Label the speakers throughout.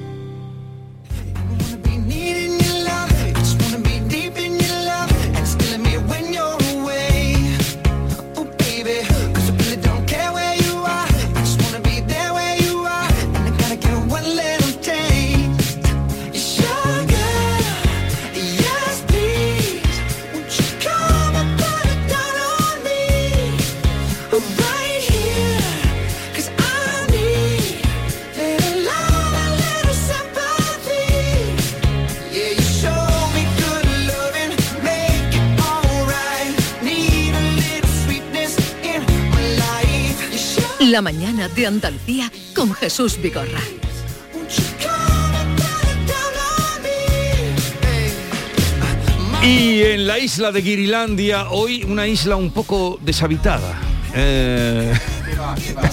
Speaker 1: Oh, Oh, La mañana de Andalucía con Jesús Vigorra.
Speaker 2: Y en la isla de Guirilandia, hoy una isla un poco deshabitada. Eh,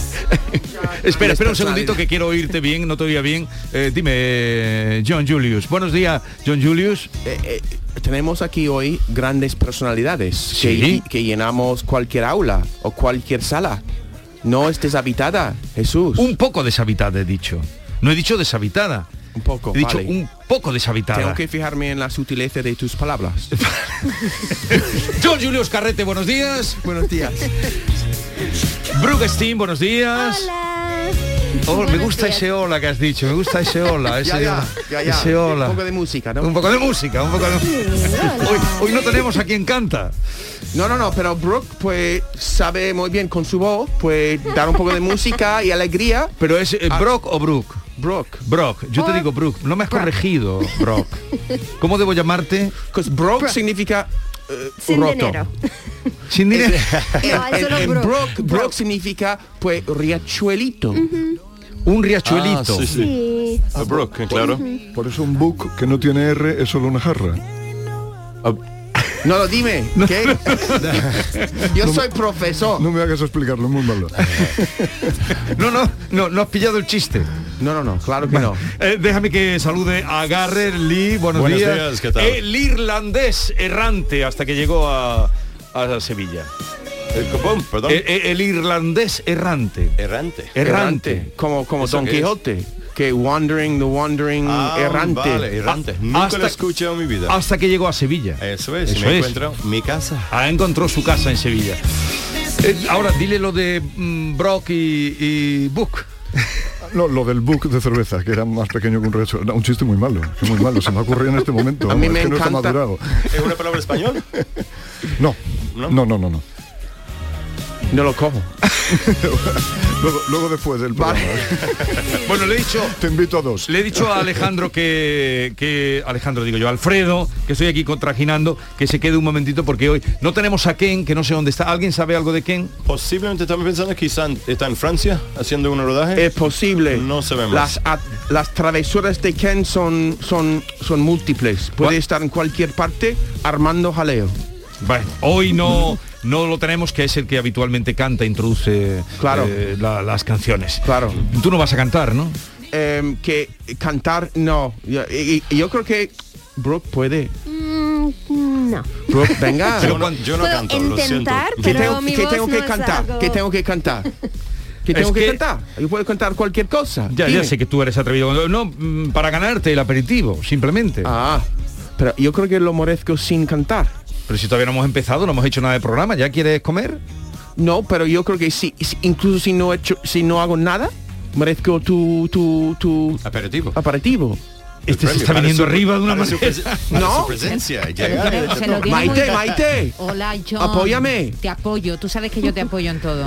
Speaker 2: espera, espera un segundito que quiero oírte bien, no te oía bien. Eh, dime, eh, John Julius. Buenos días, John Julius.
Speaker 3: Eh, tenemos aquí hoy grandes personalidades que- que llenamos cualquier aula o cualquier sala. No es deshabitada, Jesús.
Speaker 2: Un poco deshabitada, he dicho. No he dicho deshabitada.
Speaker 3: Un poco,
Speaker 2: He dicho
Speaker 3: vale.
Speaker 2: un poco deshabitada.
Speaker 3: Tengo que fijarme en la sutileza de tus palabras.
Speaker 2: John Julius Carrete, buenos días.
Speaker 3: Buenos días.
Speaker 2: Brooke Steam, buenos días. Oh, me gusta ese hola que has dicho, me gusta ese hola, ese
Speaker 3: Ya, ya, ya, ya.
Speaker 2: ese hola.
Speaker 3: Un poco de música, ¿no?
Speaker 2: Un poco de música, un poco de Hoy, hoy no tenemos a quien canta.
Speaker 3: No, no, no, pero Brooke pues sabe muy bien con su voz, pues dar un poco de música y alegría.
Speaker 2: Pero es
Speaker 3: Ah.
Speaker 2: eh, Brock o Brooke.
Speaker 3: Brooke.
Speaker 2: Brock, yo te digo Brooke, no me has corregido, Brock. ¿Cómo debo llamarte?
Speaker 3: Because Brooke significa eh, roto.
Speaker 2: Sin
Speaker 4: Eh,
Speaker 2: dinero.
Speaker 3: En- en Brooke, Brooke significa pues riachuelito.
Speaker 2: Un riachuelito.
Speaker 4: Ah, sí, sí. A Brook,
Speaker 2: eh,
Speaker 4: claro.
Speaker 5: Por eso un book que no tiene R es solo una jarra.
Speaker 3: No lo dime. ¿qué? Yo soy profesor.
Speaker 5: No me hagas explicarlo, es muy malo.
Speaker 2: No, no, no, no has pillado el chiste.
Speaker 3: No, no, no, claro que no.
Speaker 2: Eh, déjame que salude a Garrer Lee, buenos,
Speaker 4: Buenos días, ¿qué tal?
Speaker 2: El irlandés errante hasta que llegó a, a Sevilla.
Speaker 4: El copón, perdón.
Speaker 2: Eh, eh, el irlandés errante.
Speaker 4: Errante.
Speaker 2: Errante.
Speaker 3: Como, como
Speaker 4: ¿Eso
Speaker 3: Don
Speaker 4: qué es?
Speaker 3: Quijote. Que wandering, the wandering,
Speaker 4: Ah,
Speaker 3: errante.
Speaker 4: Vale, errante. Nunca
Speaker 2: Ah, hasta-
Speaker 4: lo he escuchado en mi vida.
Speaker 2: Hasta que llegó a Sevilla.
Speaker 4: Eso es,
Speaker 2: Eso
Speaker 4: me
Speaker 2: es.
Speaker 4: encuentro mi casa.
Speaker 2: Ah, encontró su casa en Sevilla. Eh, ahora, dile lo de mm, Brock y, y Book.
Speaker 5: No, lo del book de cerveza, que era más pequeño que un recho. No, un chiste muy malo, que muy malo. Se me ocurrió en este momento.
Speaker 3: A mí me
Speaker 5: es que no
Speaker 3: encanta.
Speaker 5: está madurado.
Speaker 4: ¿Es una palabra española?
Speaker 5: No,
Speaker 4: ¿No?
Speaker 5: no, no, no. no.
Speaker 3: No lo cojo.
Speaker 5: Luego, luego después del programa. ¿eh?
Speaker 2: Bueno, le he dicho...
Speaker 5: Te invito a dos.
Speaker 2: Le he dicho a Alejandro que, que- Alejandro digo yo, Alfredo, que estoy aquí contrajinando, que se quede un momentito porque hoy no tenemos a Ken, que no sé dónde está. ¿Alguien sabe algo de Ken?
Speaker 4: Posiblemente estamos pensando que quizá está en Francia haciendo un rodaje.
Speaker 3: Es posible.
Speaker 4: No sabemos.
Speaker 3: Las, a- las travesuras de Ken son, son, son múltiples. Puede
Speaker 2: Gua-
Speaker 3: estar en cualquier parte armando jaleo.
Speaker 2: Bueno, hoy no, no lo tenemos, que es el que habitualmente canta, e introduce
Speaker 3: Claro.
Speaker 2: eh, la- las canciones.
Speaker 3: Claro.
Speaker 2: Tú no vas a cantar, ¿no?
Speaker 3: Em, que cantar, no. Yo, y- y- yo creo que Brooke puede.
Speaker 6: Mm, no.
Speaker 3: Brooke, venga.
Speaker 4: Yo no, yo no
Speaker 6: Puedo
Speaker 4: canto, lo siento.
Speaker 6: intentar,
Speaker 3: ¿Qué
Speaker 6: pero
Speaker 3: tengo,
Speaker 6: mi
Speaker 3: qué
Speaker 6: voz
Speaker 3: tengo que
Speaker 6: no es
Speaker 3: cantar?
Speaker 6: algo-
Speaker 3: ¿Qué tengo que cantar? ¿Qué tengo que,
Speaker 2: que-
Speaker 3: cantar? Yo puedo cantar cualquier cosa.
Speaker 2: Ya, ya
Speaker 3: Dime.
Speaker 2: sé que tú eres atrevido. No, mm, para ganarte el aperitivo, simplemente.
Speaker 3: Ah, pero yo creo que lo merezco sin cantar.
Speaker 2: Pero si todavía no hemos empezado, no hemos hecho nada de programa, ¿ya quieres comer?
Speaker 3: No, pero yo creo que sí, si- incluso si no he hecho, si no hago nada, merezco tu tu tu
Speaker 4: Aperitivo.
Speaker 3: aperitivo.
Speaker 2: Este se
Speaker 4: Premio
Speaker 2: está
Speaker 4: para
Speaker 2: viniendo
Speaker 4: su-
Speaker 2: arriba de una
Speaker 4: para su
Speaker 2: manera.
Speaker 4: presen- para
Speaker 3: No.
Speaker 4: su presencia. llegar. este
Speaker 7: Se lo tiene muy
Speaker 3: Maite,
Speaker 7: ca-
Speaker 3: Maite.
Speaker 7: Hola, John.
Speaker 3: Apóyame.
Speaker 7: Te apoyo. Tú sabes que yo te apoyo en todo.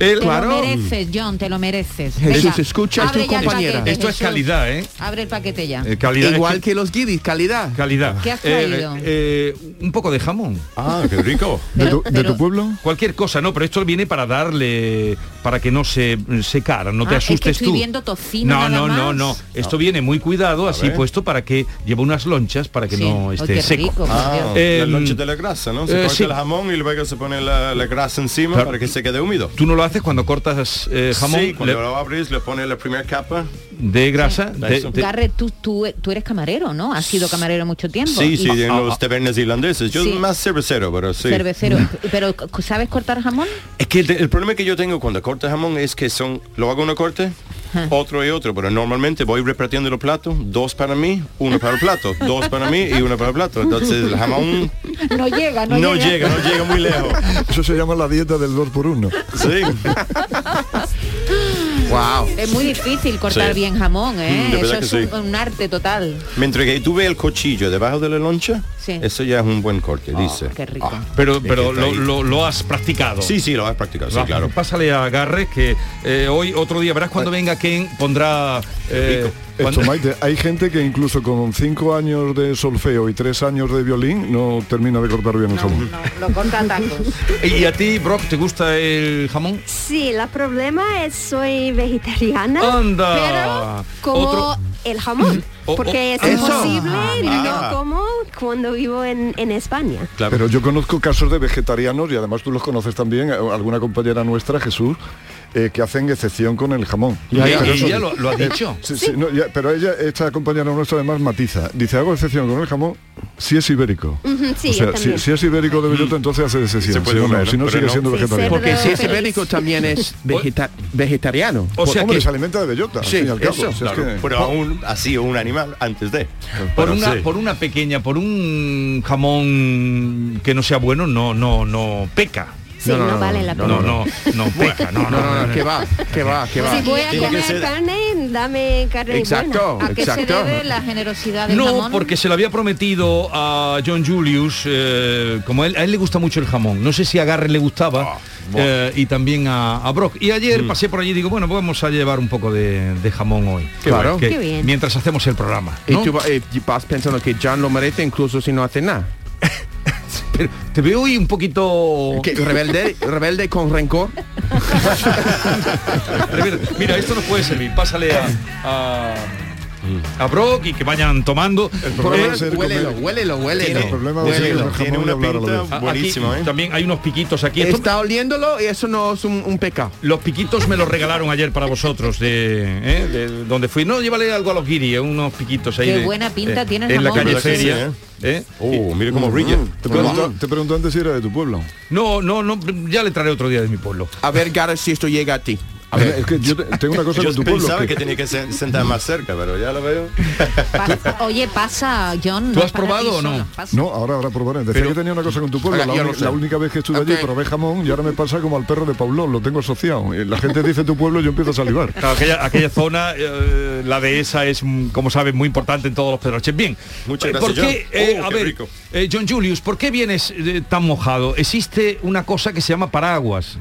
Speaker 2: El-
Speaker 7: Te
Speaker 3: Claro.
Speaker 7: lo mereces, John. Te lo mereces.
Speaker 3: Jesús,
Speaker 7: Venga,
Speaker 3: escucha a
Speaker 7: abre
Speaker 3: tu
Speaker 7: ya el
Speaker 3: compañera.
Speaker 7: paquete,
Speaker 2: Esto es
Speaker 7: Jesús.
Speaker 2: calidad, ¿eh?
Speaker 7: Abre el paquete ya.
Speaker 2: Eh, calidad.
Speaker 3: Igual
Speaker 2: es
Speaker 3: que los guiris, calidad.
Speaker 2: calidad.
Speaker 7: ¿Qué has
Speaker 2: Eh,
Speaker 7: traído?
Speaker 2: eh, un poco de jamón.
Speaker 4: Ah, qué rico.
Speaker 5: ¿De tu,
Speaker 7: Pero-
Speaker 5: de tu
Speaker 7: pero-
Speaker 5: pueblo?
Speaker 2: Cualquier cosa, no, pero esto viene para darle, para que no se mm, se cara, no te
Speaker 7: Ah, es que
Speaker 2: asustes
Speaker 7: estoy
Speaker 2: tú.
Speaker 7: viendo tocino
Speaker 2: no,
Speaker 7: nada
Speaker 2: no, no,
Speaker 7: más.
Speaker 2: no. Esto viene muy cuidado, así
Speaker 4: ver.
Speaker 2: puesto para que lleve unas lonchas para que
Speaker 7: Sí.
Speaker 2: no
Speaker 7: Ay,
Speaker 2: esté
Speaker 7: qué
Speaker 2: seco.
Speaker 7: rico, por
Speaker 4: Ah,
Speaker 7: Dios.
Speaker 2: Eh,
Speaker 4: la loncha de la grasa, ¿no? Se
Speaker 2: eh,
Speaker 4: corta
Speaker 2: sí.
Speaker 4: el jamón y luego se pone la, la grasa encima
Speaker 2: Claro.
Speaker 4: para que se quede húmedo.
Speaker 2: Tú no lo haces cuando cortas eh, jamón
Speaker 4: sí, cuando
Speaker 2: le-
Speaker 4: lo abres le pones la primera capa.
Speaker 2: de grasa.
Speaker 4: Sí.
Speaker 2: de-
Speaker 4: Eso.
Speaker 2: de-
Speaker 7: Garrett, tú, tú, tú eres camarero, ¿no? Has sido camarero mucho tiempo.
Speaker 4: Sí, sí,
Speaker 2: Ah,
Speaker 7: Y-
Speaker 4: en los tabernas irlandeses. Yo
Speaker 7: Sí.
Speaker 4: más cervecero, pero sí.
Speaker 7: Cervecero. Pero ¿sabes cortar jamón?
Speaker 4: Es que el, el problema que yo tengo cuando corto jamón es que son, lo hago una corte,
Speaker 8: otro y otro, pero normalmente voy repartiendo los platos, dos para mí, uno para el plato, dos para mí y uno para el plato. Entonces el jamón
Speaker 7: No llega,
Speaker 8: no, llega, no llega muy lejos.
Speaker 5: Eso se llama la dieta del 2x1.
Speaker 8: Sí,
Speaker 3: Wow.
Speaker 7: Es muy difícil cortar
Speaker 8: Sí.
Speaker 7: bien jamón, ¿eh?
Speaker 8: Mm, de
Speaker 7: Eso
Speaker 8: verdad
Speaker 7: es
Speaker 8: que
Speaker 7: un,
Speaker 8: sí.
Speaker 7: un arte total.
Speaker 8: mientras que tú ves el cochillo debajo de la loncha,
Speaker 7: Sí.
Speaker 8: eso ya es un buen corte,
Speaker 7: Oh,
Speaker 8: dice.
Speaker 7: qué rico.
Speaker 2: Ah, Pero,
Speaker 8: que
Speaker 2: pero
Speaker 8: está
Speaker 2: lo,
Speaker 8: ahí.
Speaker 2: lo- lo has practicado. Ah.
Speaker 8: Sí, sí, lo has practicado, sí,
Speaker 2: Va,
Speaker 8: claro.
Speaker 2: Pásale a Garres que eh, hoy otro día verás cuando venga Ken pondrá eh, cuando-
Speaker 5: Esto, Maite, hay gente que incluso con 5 años de solfeo y 3 años de violín no termina de cortar bien el
Speaker 7: No,
Speaker 5: jamón.
Speaker 7: no, lo corta a tacos.
Speaker 2: y a ti Brock te gusta el jamón
Speaker 6: Sí, el problema es soy vegetariana.
Speaker 2: Anda.
Speaker 6: Pero como
Speaker 2: Otro-
Speaker 6: el jamón.
Speaker 2: O- o-
Speaker 6: Porque es
Speaker 2: eso.
Speaker 6: imposible,
Speaker 8: Ah.
Speaker 6: no como cuando vivo en, en España.
Speaker 8: Claro.
Speaker 5: Pero yo conozco casos de vegetarianos y además tú los conoces también, eh, alguna compañera nuestra, Jesús, eh, que hacen excepción con el jamón.
Speaker 2: Y-
Speaker 5: Pero
Speaker 2: y
Speaker 5: eso- eh,
Speaker 2: ella lo, lo ha dicho
Speaker 5: Sí, sí, no, ya, pero ella, esta compañera nuestra además matiza. Dice, hago excepción con el jamón si es ibérico.
Speaker 6: Ujú, sí, yo
Speaker 5: o sea, si,
Speaker 6: también.
Speaker 5: si es ibérico de bellota, entonces hace
Speaker 8: Se
Speaker 5: excepción.
Speaker 8: puede
Speaker 5: si no,
Speaker 8: uno,
Speaker 5: no,
Speaker 8: ¿no?
Speaker 5: si no
Speaker 8: Pero
Speaker 5: sigue
Speaker 8: no.
Speaker 5: siendo
Speaker 6: Sí,
Speaker 5: vegetariano.
Speaker 6: cerdo
Speaker 3: Porque si es
Speaker 6: feliz.
Speaker 3: ibérico también es vegeta- vegetariano.
Speaker 2: o sea
Speaker 5: Pues, Hombre,
Speaker 2: que
Speaker 5: se alimenta de bellota, al
Speaker 3: Sí,
Speaker 5: fin y al cabo.
Speaker 3: eso,
Speaker 5: Si es
Speaker 8: Claro,
Speaker 5: que-
Speaker 8: pero aún ha sido un animal antes de.
Speaker 2: por
Speaker 8: Pero
Speaker 2: una
Speaker 8: sí.
Speaker 2: por una pequeña por un jamón que no sea bueno no no no peca
Speaker 6: Sí, no, vale la
Speaker 2: no
Speaker 6: pena.
Speaker 2: no no, no peca no
Speaker 3: No,
Speaker 2: no,
Speaker 3: no, no, que va, que va, que va.
Speaker 7: Sí, voy
Speaker 6: Si
Speaker 7: a
Speaker 8: Tiene
Speaker 6: voy a
Speaker 8: que ser-
Speaker 6: comer carne, dame carne
Speaker 3: Exacto.
Speaker 6: buena.
Speaker 7: ¿A qué se
Speaker 3: Exacto.
Speaker 7: debe la generosidad del
Speaker 2: No,
Speaker 7: jamón?
Speaker 2: porque se lo había prometido a John Julius, eh, como él, a él le gusta mucho el jamón. No sé si a Garre le gustaba
Speaker 5: Ah,
Speaker 2: eh, y también a, a Brock. Y
Speaker 5: Mm.
Speaker 2: ayer pasé por allí y digo, bueno, pues vamos a llevar un poco de, de jamón hoy.
Speaker 3: Claro.
Speaker 2: Que-
Speaker 6: Qué bien.
Speaker 2: Mientras hacemos el programa.
Speaker 3: Y
Speaker 2: ¿no?
Speaker 3: tú va- eh, vas pensando que John lo merece incluso si no hace nada.
Speaker 2: Pero te veo hoy un poquito...
Speaker 3: Que rebelde, rebelde con rencor.
Speaker 2: Mira, esto nos puede servir. Pásale a... a... a Brock y que vayan tomando.
Speaker 5: problema
Speaker 2: Eh,
Speaker 5: es el-
Speaker 3: Huélelo, huélelo, huélelo.
Speaker 5: El problema de ser
Speaker 3: Huélelo.
Speaker 5: el
Speaker 8: Tiene
Speaker 5: jamón y
Speaker 8: una
Speaker 5: hablar a la
Speaker 8: pinta
Speaker 5: vez.
Speaker 2: a- Ah, aquí
Speaker 8: buenísima, ¿eh?
Speaker 2: También hay unos piquitos aquí.
Speaker 5: Este
Speaker 2: Esto-
Speaker 3: Está oliéndolo y eso no es un, un pecado.
Speaker 2: Los piquitos me los regalaron ayer para vosotros de, ¿eh? de donde fui. No, llévale algo a los guiri, eh, unos piquitos ahí.
Speaker 7: Qué
Speaker 2: de-
Speaker 7: buena pinta
Speaker 2: eh,
Speaker 7: tiene el
Speaker 2: En la
Speaker 7: jamón.
Speaker 2: calle
Speaker 8: ¿Verdad que sí,
Speaker 2: Feria. ¿eh? Mm,
Speaker 8: Oh, mira cómo brilla.
Speaker 5: Mm, Te pregunto, te pregunto antes si era de tu pueblo.
Speaker 2: No, no, no, ya le traeré otro día de mi pueblo.
Speaker 3: A ver, Gareth, si esto llega a ti. A
Speaker 5: Eh,
Speaker 3: ver,
Speaker 5: Es que yo te- tengo una cosa
Speaker 8: Yo
Speaker 5: con tu pueblo.
Speaker 8: pensaba
Speaker 5: que-
Speaker 8: que tenía que se- sentar más cerca, pero ya lo veo.
Speaker 7: Pasa- oye, pasa, John.
Speaker 2: ¿Tú
Speaker 7: no
Speaker 2: has
Speaker 7: es para
Speaker 2: probado
Speaker 7: ti
Speaker 2: o no?
Speaker 7: solo, pasa.
Speaker 5: No, ahora, ahora probaré. Decía
Speaker 2: Pero-
Speaker 5: que tenía una cosa con tu pueblo.
Speaker 3: Oiga,
Speaker 5: la,
Speaker 3: yo
Speaker 5: uni-
Speaker 3: lo sé.
Speaker 5: la única vez que estuve allí
Speaker 3: Ok.
Speaker 5: probé jamón y ahora me pasa como al perro de Paulón, lo tengo asociado. Y La gente dice tu pueblo y yo empiezo a salivar.
Speaker 2: Claro, aquella, aquella zona, eh, la dehesa es, mm, como sabes, muy importante en todos los pedroches. Bien,
Speaker 8: Muchas
Speaker 2: eh,
Speaker 8: gracias,
Speaker 2: ¿por qué,
Speaker 8: John.
Speaker 2: eh,
Speaker 8: Oh,
Speaker 2: a
Speaker 8: qué
Speaker 2: ver,
Speaker 8: rico.
Speaker 2: eh, John Julius, ¿por qué vienes eh, tan mojado? Existe una cosa que se llama paraguas.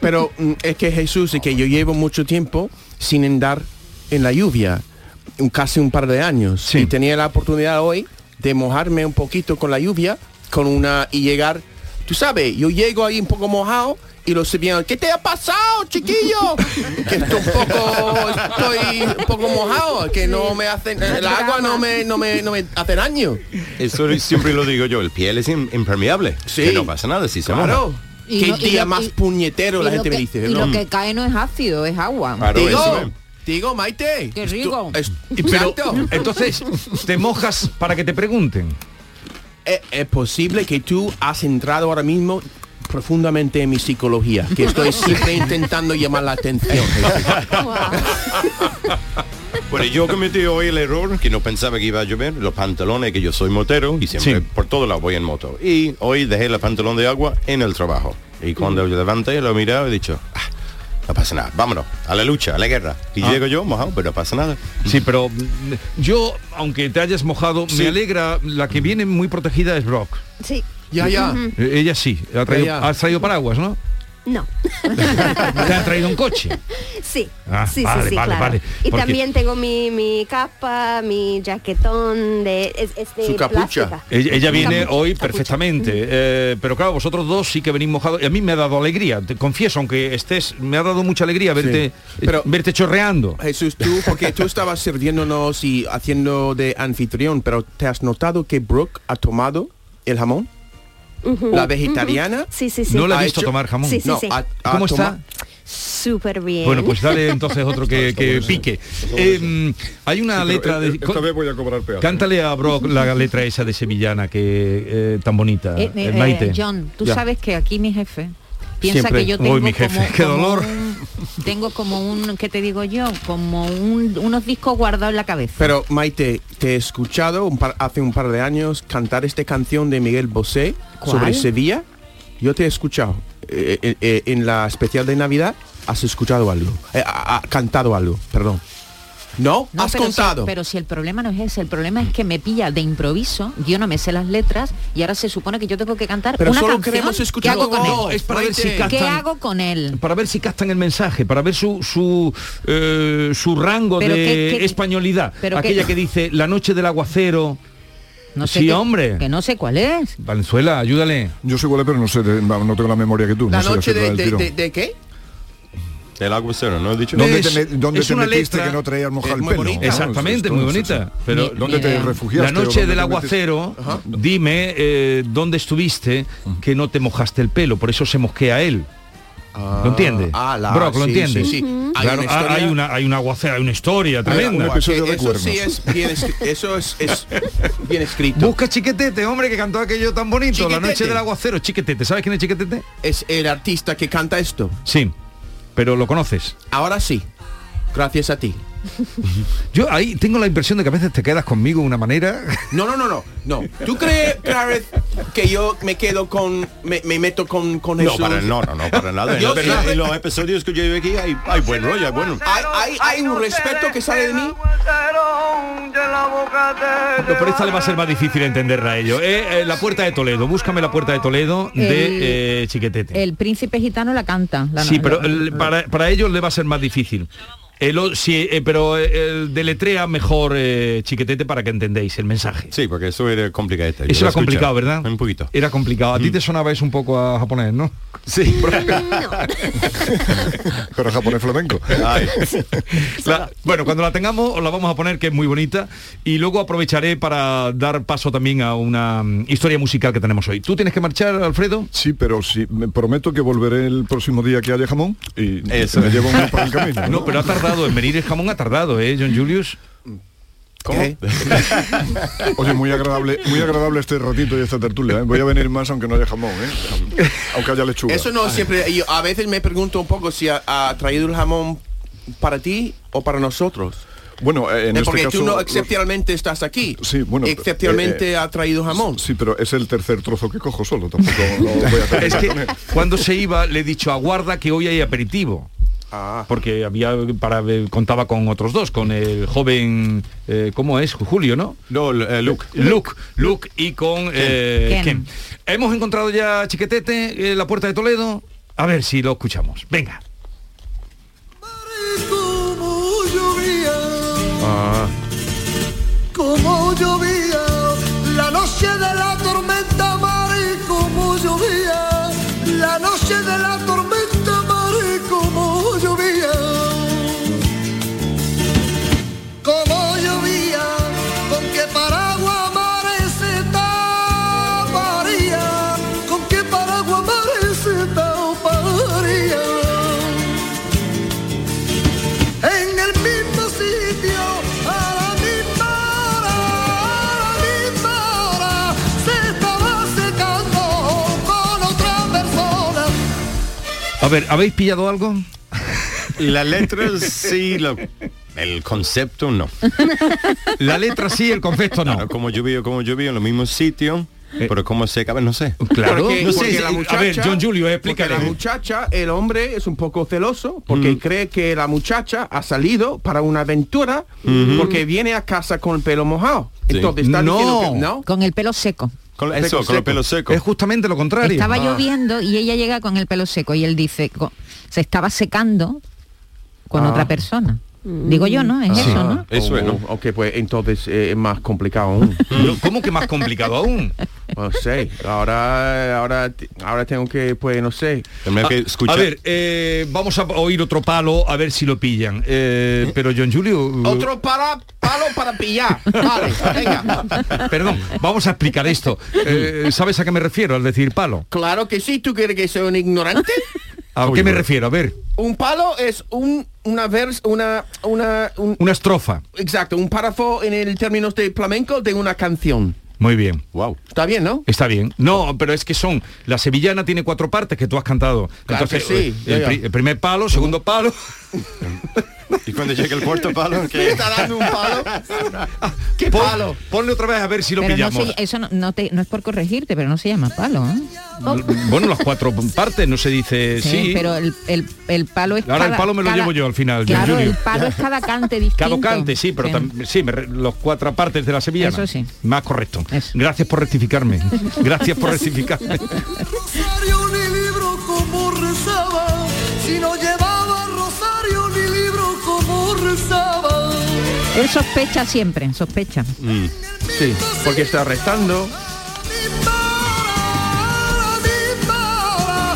Speaker 3: pero mm, es que Jesús, es que yo llevo mucho tiempo sin andar en la lluvia, un- casi un par de años.
Speaker 2: Sí.
Speaker 3: Y tenía la oportunidad hoy de mojarme un poquito con la lluvia, con una y llegar. Tú sabes, yo llego ahí un poco mojado y los sevillanos, ¿qué te ha pasado, chiquillo? que estoy un poco, estoy un poco mojado, que no me hacen, el agua no me, no me, no me hace daño.
Speaker 8: Eso siempre lo digo yo, el piel es im- impermeable.
Speaker 3: Sí.
Speaker 8: Que no pasa nada si se
Speaker 3: Claro.
Speaker 8: moja.
Speaker 7: Y
Speaker 3: Qué
Speaker 7: no- y
Speaker 3: día
Speaker 7: lo-
Speaker 3: más
Speaker 7: y-
Speaker 3: puñetero la
Speaker 7: Y lo
Speaker 3: gente me
Speaker 7: que-
Speaker 3: dice.
Speaker 7: Y
Speaker 3: ¿no?
Speaker 7: lo que cae no es ácido, es agua. eh,
Speaker 8: Claro, eso
Speaker 3: Digo,
Speaker 8: es.
Speaker 3: digo, Maite.
Speaker 7: Qué
Speaker 3: estu-
Speaker 7: rico.
Speaker 3: es-
Speaker 2: Y- Pero
Speaker 3: Exacto.
Speaker 2: entonces te mojas para que te pregunten.
Speaker 3: es, Eh, es posible que tú has entrado ahora mismo profundamente en mi psicología, que estoy siempre intentando llamar la atención.
Speaker 8: Bueno, yo cometí hoy el error que no pensaba que iba a llover, los pantalones, que yo soy motero y siempre
Speaker 2: Sí.
Speaker 8: por todos lados voy en moto. Y hoy dejé el pantalón de agua en el trabajo. Y cuando
Speaker 3: Mm.
Speaker 8: yo levanté, lo he mirado y he dicho, "Ah, no pasa nada, vámonos, a la lucha, a la guerra. Y
Speaker 5: Ah.
Speaker 8: llego yo mojado, pero no pasa nada.
Speaker 2: Sí, pero mm, yo, aunque te hayas mojado, me alegra, la que viene muy protegida es Brock.
Speaker 6: Sí,
Speaker 3: ya, ya.
Speaker 2: Eh, Ella sí, ha traído,
Speaker 3: Ella.
Speaker 2: has traído paraguas, ¿no?
Speaker 6: no.
Speaker 2: Te han traído un coche.
Speaker 6: Sí,
Speaker 2: Ah,
Speaker 6: sí, sí,
Speaker 2: vale,
Speaker 6: sí,
Speaker 2: vale,
Speaker 6: claro.
Speaker 2: vale,
Speaker 6: y
Speaker 2: porque-
Speaker 6: también tengo mi, mi capa, mi jaquetón de es, es de
Speaker 3: Su capucha.
Speaker 6: plástica.
Speaker 2: Ella, ella viene
Speaker 6: Capucha,
Speaker 2: hoy
Speaker 6: capucha.
Speaker 2: perfectamente, eh, pero claro, vosotros dos sí que venís mojados. Y a mí me ha dado alegría, te confieso, aunque estés, me ha dado mucha alegría verte,
Speaker 3: Sí. Pero-
Speaker 2: verte chorreando.
Speaker 3: Jesús, tú, porque tú estabas sirviéndonos y haciendo de anfitrión, pero ¿te has notado que Brooke ha tomado el jamón? ¿La vegetariana?
Speaker 6: Sí, sí, sí.
Speaker 2: No la
Speaker 3: ¿Ha
Speaker 2: he visto
Speaker 3: hecho?
Speaker 2: tomar jamón.
Speaker 6: Sí, sí.
Speaker 3: No, ha- ha
Speaker 2: ¿Cómo está?
Speaker 3: toma-
Speaker 6: Súper bien.
Speaker 2: Bueno, pues dale entonces otro que, que pique. Eh, hay una letra
Speaker 5: Pero, eh,
Speaker 2: de...
Speaker 5: Esta vez voy a cobrar peaje.
Speaker 2: Cántale a Brock la letra esa de Sevillana que eh, tan bonita,
Speaker 7: Eh, eh,
Speaker 2: eh, Maite.
Speaker 7: John, tú
Speaker 2: Ya.
Speaker 7: sabes que aquí mi jefe Piensa
Speaker 2: Siempre.
Speaker 7: que yo
Speaker 2: Uy,
Speaker 7: tengo
Speaker 2: mi jefe,
Speaker 7: como,
Speaker 2: qué
Speaker 7: como
Speaker 2: dolor.
Speaker 7: un- tengo como un, ¿qué te digo yo? Como un- unos discos guardados en la cabeza.
Speaker 3: Pero Maite, te he escuchado un par- hace un par de años cantar esta canción de Miguel Bosé
Speaker 7: ¿Cuál?
Speaker 3: sobre Sevilla. Yo te he escuchado eh, eh, eh, en la especial de Navidad. Has escuchado algo, eh, ha- ha cantado algo, perdón. No,
Speaker 7: No,
Speaker 3: has
Speaker 7: pero
Speaker 3: contado.
Speaker 7: Si, pero si el problema no es ese, el problema es que me pilla de improviso, yo no me sé las letras y ahora se supone que yo tengo que cantar
Speaker 3: Pero
Speaker 7: una
Speaker 3: solo
Speaker 7: canción.
Speaker 3: queremos
Speaker 7: ¿Qué
Speaker 3: escuchar
Speaker 7: hago
Speaker 3: tu
Speaker 7: con
Speaker 3: voz.
Speaker 7: él?
Speaker 2: Es para ver si
Speaker 3: Maite.
Speaker 7: ¿Qué
Speaker 2: captan-
Speaker 7: hago con él?
Speaker 2: para ver si captan el mensaje, para ver su su, eh, su rango
Speaker 7: Pero
Speaker 2: de
Speaker 7: qué- qué-
Speaker 2: españolidad.
Speaker 7: pero qué-
Speaker 2: Aquella que dice la noche del aguacero.
Speaker 7: No sé
Speaker 2: sí,
Speaker 7: qué-
Speaker 2: hombre.
Speaker 7: Que no sé cuál es.
Speaker 2: Valenzuela, ayúdale.
Speaker 5: Yo sé cuál es, pero no sé, de- vamos, no tengo la memoria que tú.
Speaker 3: la
Speaker 5: no sé
Speaker 3: noche
Speaker 5: decirla
Speaker 3: de,
Speaker 5: del
Speaker 3: de-
Speaker 5: tirón.
Speaker 3: de- de qué?
Speaker 8: El agua cero, ¿no he dicho?
Speaker 2: No.
Speaker 5: ¿Dónde
Speaker 2: Es-
Speaker 5: te, me- dónde
Speaker 2: es
Speaker 5: te
Speaker 2: una
Speaker 5: metiste
Speaker 2: letra-
Speaker 5: que no traías mojar
Speaker 3: es
Speaker 5: el
Speaker 3: muy
Speaker 5: pelo?
Speaker 3: bonita.
Speaker 5: Claro,
Speaker 2: Exactamente,
Speaker 5: esto,
Speaker 2: muy
Speaker 5: esto,
Speaker 2: bonita.
Speaker 5: esto.
Speaker 2: Pero
Speaker 7: Ni-
Speaker 5: ¿Dónde
Speaker 7: ni
Speaker 5: te
Speaker 7: idea.
Speaker 5: refugiaste?
Speaker 2: Eh, La
Speaker 5: o
Speaker 2: noche
Speaker 5: dónde te
Speaker 2: del
Speaker 5: metiste?
Speaker 2: aguacero, dime eh, dónde estuviste que no te mojaste el pelo, por eso se mosquea él. ¿Lo entiende?
Speaker 3: Ah, la-
Speaker 2: Brock, ¿lo
Speaker 3: sí,
Speaker 2: entiende?
Speaker 3: sí, sí. Hay
Speaker 2: Claro,
Speaker 3: una
Speaker 2: ha-
Speaker 3: historia-
Speaker 2: hay, una, hay una aguacera, hay una historia
Speaker 5: Hay un
Speaker 2: tremenda.
Speaker 5: episodio de
Speaker 3: eso
Speaker 5: cuernos.
Speaker 3: sí es bien, escri- eso es, es bien escrito.
Speaker 2: Busca Chiquetete, hombre, que cantó aquello tan bonito, La
Speaker 3: Chiquetete.
Speaker 2: Noche del Aguacero, Chiquetete. ¿Sabes quién es Chiquetete?
Speaker 3: es el artista que canta esto.
Speaker 2: Sí, pero lo conoces.
Speaker 3: Ahora sí, gracias a ti.
Speaker 2: Yo ahí tengo la impresión de que a veces te quedas conmigo de una manera...
Speaker 3: No, no, no, no, no. ¿Tú crees, Gareth, que yo me quedo con, me, me meto con, con
Speaker 8: No,
Speaker 3: Jesús?
Speaker 8: para, no, no, no, para nada.
Speaker 3: Yo
Speaker 8: No, pero
Speaker 3: sí.
Speaker 8: en los episodios que yo llevo aquí hay, hay buen rollo, hay bueno.
Speaker 3: Hay, hay- hay un respeto que sale de mí.
Speaker 2: No, pero esta le va a ser más difícil entenderla a ellos. Eh, eh, la Puerta de Toledo, búscame La Puerta de Toledo de eh, Chiquetete.
Speaker 7: El príncipe gitano la canta. la-
Speaker 2: sí, pero
Speaker 7: la-
Speaker 2: el- para, para ellos le va a ser más difícil. El o- sí, eh, pero eh, el deletrea mejor eh, Chiquetete para que entendáis el mensaje.
Speaker 8: Sí, porque eso era complicado. Este, yo
Speaker 2: Eso
Speaker 8: lo
Speaker 2: era
Speaker 8: escuché.
Speaker 2: complicado, ¿verdad?
Speaker 8: Un poquito. Mm.
Speaker 2: Era complicado. A ti te sonaba eso un poco a japonés, ¿no?
Speaker 8: Sí.
Speaker 5: Pero japonés flamenco.
Speaker 8: Ay.
Speaker 2: La- bueno, cuando la tengamos os la vamos a poner que es muy bonita y luego aprovecharé para dar paso también a una mm, historia musical que tenemos hoy. ¿Tú tienes que marchar, Alfredo?
Speaker 5: Sí, pero sí, me prometo que volveré el próximo día que haya jamón y
Speaker 8: Eso
Speaker 5: me
Speaker 8: es.
Speaker 5: llevo uno para el camino.
Speaker 2: No, pero ha tardado en venir el jamón, ha tardado, ¿eh, John Julius? ¿Eh?
Speaker 3: ¿Qué?
Speaker 5: Oye, muy agradable, muy agradable este ratito y esta tertulia. ¿eh? Voy a venir más aunque no haya jamón, ¿eh? aunque haya lechuga.
Speaker 3: Eso no siempre. Yo, a veces me pregunto un poco si ha, ha traído el jamón para ti o para nosotros.
Speaker 5: Bueno, eh, en
Speaker 3: Eh,
Speaker 5: este
Speaker 3: porque
Speaker 5: caso,
Speaker 3: tú no
Speaker 5: lo-
Speaker 3: excepcionalmente estás aquí.
Speaker 5: Sí, bueno, pero,
Speaker 3: Excepcionalmente
Speaker 5: eh, eh,
Speaker 3: ha traído jamón.
Speaker 5: Sí, pero es el tercer trozo que cojo solo. Tampoco lo voy a hacer.
Speaker 2: Es que cuando se iba le he dicho aguarda que hoy hay aperitivo.
Speaker 3: Ah.
Speaker 2: Porque había para eh, contaba con otros dos, con el joven eh, ¿cómo es? Julio, ¿no?
Speaker 8: No, eh, Luke.
Speaker 2: Luke, Luke y con eh,
Speaker 7: Ken.
Speaker 2: Ken. Hemos encontrado ya Chiquetete, eh, la puerta de Toledo. A ver si lo escuchamos. Venga.
Speaker 1: Como llovía,
Speaker 9: Ah.
Speaker 1: como llovía, la noche de la tormenta, Mari, como llovía, la noche de la tormenta, Mari, como llovía. Como llovía, con qué paraguas Mari se taparía, con qué paraguas Mari se taparía en el mismo sitio, a la misma hora, a la misma hora, se estaba secando con otra persona.
Speaker 2: A ver, ¿habéis pillado algo?
Speaker 8: La letra sí, lo- el concepto no.
Speaker 2: La letra sí, el concepto no.
Speaker 8: Como yo vivo, como yo vivo en los mismos sitios,
Speaker 2: Eh.
Speaker 8: pero como se acaba, no sé.
Speaker 2: Claro.
Speaker 3: Porque,
Speaker 2: No sé,
Speaker 3: porque
Speaker 2: sí,
Speaker 3: la
Speaker 2: a ver,
Speaker 3: muchacha-
Speaker 2: John Julio,
Speaker 3: porque
Speaker 2: explícale.
Speaker 3: La muchacha, el hombre es un poco celoso
Speaker 5: Mm.
Speaker 3: porque cree que la muchacha ha salido para una aventura
Speaker 5: Mm-hmm.
Speaker 3: porque viene a casa con el pelo mojado.
Speaker 8: Sí.
Speaker 3: Entonces está
Speaker 2: No.
Speaker 3: diciendo que no.
Speaker 7: Con el pelo seco.
Speaker 8: Con, eso, con los pelos secos.
Speaker 2: Es justamente lo contrario.
Speaker 7: Estaba lloviendo y ella llega con el pelo seco y él dice, co- se estaba secando
Speaker 2: Ah.
Speaker 7: con otra persona. Digo yo, ¿no? Es eso, ¿no?
Speaker 8: Eso es, ¿no?
Speaker 3: Oh, Ok, pues entonces eh, es más complicado aún.
Speaker 2: Pero, ¿Cómo que más complicado aún?
Speaker 3: No sé, ahora, ahora, te- ahora tengo que, pues no sé. Ah,
Speaker 8: Tendría que escuchar.
Speaker 2: Ah, A ver, eh, vamos a oír otro palo a ver si lo pillan. Eh, pero John Julio... eh,
Speaker 3: Otro para, palo para pillar. Vale, venga.
Speaker 2: Perdón, vamos a explicar esto. Eh, ¿Sabes a qué me refiero al decir palo?
Speaker 3: Claro que sí, ¿tú quieres que sea un ignorante?
Speaker 2: ¿A qué me refiero? A ver,
Speaker 3: Un palo es un, una vers, una, una, un-
Speaker 2: una estrofa.
Speaker 3: Exacto, un párrafo en el términos de flamenco de una canción.
Speaker 2: Muy bien.
Speaker 8: Wow.
Speaker 3: Está bien, ¿no?
Speaker 2: Está bien. No, pero es que son. La sevillana tiene cuatro partes que tú has cantado.
Speaker 3: Claro
Speaker 2: Entonces,
Speaker 3: que sí,
Speaker 2: eh,
Speaker 3: ya,
Speaker 2: el,
Speaker 3: ya.
Speaker 2: pri- el primer palo, segundo palo.
Speaker 8: Y cuando llegue el cuarto palo,
Speaker 3: ¿Me
Speaker 8: que
Speaker 3: está dando un palo? ¿Qué
Speaker 2: Pon-
Speaker 3: palo?
Speaker 2: Ponle otra vez a ver si lo
Speaker 7: Pero no,
Speaker 2: pillamos.
Speaker 7: se- eso no, no te- no es por corregirte, pero no se llama palo. ¿eh?
Speaker 2: Bueno, las cuatro partes, no se dice Eh, sí.
Speaker 7: pero el, el- el palo es
Speaker 2: Ahora el palo me lo llevo yo al final,
Speaker 7: Claro,
Speaker 2: Junior.
Speaker 7: el palo es cada cante distinto.
Speaker 2: Cadocante, sí, pero
Speaker 7: Sí.
Speaker 2: también sí, me re- los cuatro partes de la sevillana.
Speaker 7: Eso sí.
Speaker 2: Más correcto.
Speaker 7: Eso.
Speaker 2: Gracias por rectificarme. Gracias por rectificarme.
Speaker 1: rosario ni libro como rezaba, si no llevaba rosario ni libro como rezaba.
Speaker 7: Él sospecha siempre, sospecha.
Speaker 2: Mm.
Speaker 3: Sí, porque está restando.
Speaker 1: Misma hora, misma hora,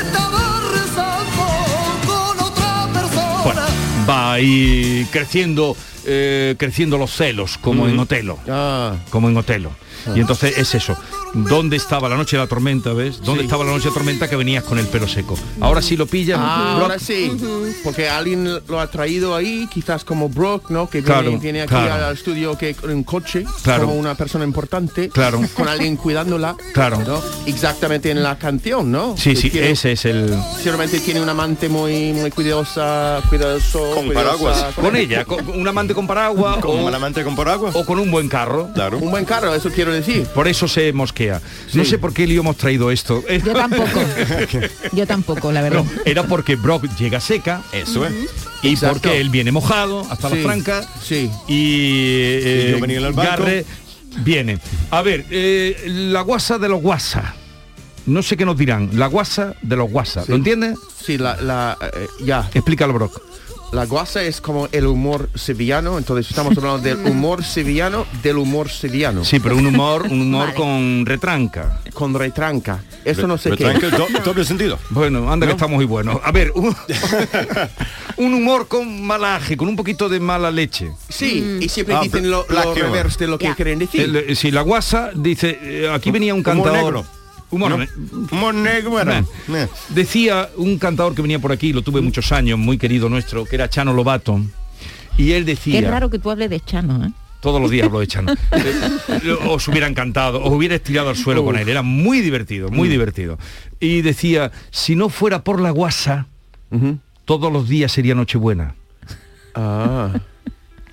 Speaker 1: estaba rezando con otra persona.
Speaker 2: Bueno, va ahí creciendo, eh, creciendo los celos, como en Otelo.
Speaker 3: Ah,
Speaker 2: como en Otelo. Y entonces es eso. ¿Dónde estaba la noche de la tormenta, ves? ¿Dónde
Speaker 3: Sí.
Speaker 2: estaba la noche de la tormenta que venías con el pelo seco? Ahora sí lo pillas. Ah, Brock.
Speaker 3: Ah, ahora sí, porque alguien lo ha traído ahí, quizás como Brock, ¿no? Que viene,
Speaker 2: Claro,
Speaker 3: viene aquí
Speaker 2: claro.
Speaker 3: al estudio que en coche,
Speaker 2: Claro.
Speaker 3: como una persona importante,
Speaker 2: Claro.
Speaker 3: con alguien cuidándola,
Speaker 2: Claro.
Speaker 3: ¿no? Exactamente en la canción, ¿no?
Speaker 2: Sí,
Speaker 3: Que
Speaker 2: sí,
Speaker 3: tiene-
Speaker 2: ese es el...
Speaker 3: Seguramente tiene un amante muy, muy cuidadosa, cuidadoso,
Speaker 8: Con
Speaker 3: cuidadosa,
Speaker 8: paraguas.
Speaker 2: Con ella, con, con un amante con paraguas
Speaker 8: como
Speaker 2: o,
Speaker 8: un amante con por agua.
Speaker 2: o con un buen carro.
Speaker 8: Claro.
Speaker 3: Un buen carro, eso quiero decir.
Speaker 2: Por eso se mosquea. No sé por qué lío hemos traído esto.
Speaker 7: Yo tampoco. yo tampoco, la verdad.
Speaker 2: No, era porque Brock llega seca
Speaker 8: Eso es.
Speaker 2: y
Speaker 3: Exacto.
Speaker 2: porque él viene mojado hasta
Speaker 3: Sí,
Speaker 2: la franca
Speaker 3: sí.
Speaker 2: y, eh,
Speaker 8: Y yo venía en el barco.
Speaker 2: Garre viene. A ver, eh, la guasa de los guasa. No sé qué nos dirán. La guasa de los guasa. ¿Lo entiendes?
Speaker 3: Sí, la, la eh, ya.
Speaker 2: Explícalo, Brock.
Speaker 3: La guasa es como el humor sevillano, entonces estamos hablando del humor sevillano, del humor sevillano.
Speaker 2: Sí, pero un humor, un humor
Speaker 6: Vale.
Speaker 2: con retranca.
Speaker 3: Con retranca. Eso no sé
Speaker 8: Pero
Speaker 3: qué. es.
Speaker 8: tranquilo, do- doble sentido.
Speaker 2: Bueno, anda que está muy bueno. A ver, un, un humor con malaje, con un poquito de mala leche.
Speaker 3: Sí, y siempre
Speaker 8: Ah,
Speaker 3: dicen lo,
Speaker 8: black
Speaker 3: lo
Speaker 8: humor.
Speaker 3: reverse de lo que
Speaker 6: Mm. Ya.
Speaker 3: quieren decir.
Speaker 2: El, eh, si la guasa dice, eh, aquí venía un
Speaker 8: Humor
Speaker 2: cantador.
Speaker 8: negro.
Speaker 2: Humor
Speaker 8: ¿No?
Speaker 2: ne-
Speaker 8: Humor negro era.
Speaker 2: Nah.
Speaker 8: Nah.
Speaker 2: Decía un cantador que venía por aquí, lo tuve
Speaker 3: Mm.
Speaker 2: muchos años, muy querido nuestro, que era Chano Lobato. Y él decía,
Speaker 7: Qué raro que tú hables de Chano, ¿eh?
Speaker 2: todos los días hablo de Chano, Eh, os hubiera encantado, os hubiera estirado al suelo con él, era muy divertido,
Speaker 3: Mm.
Speaker 2: muy divertido. Y decía, si no fuera por la guasa, todos los días sería Nochebuena.
Speaker 3: Ah.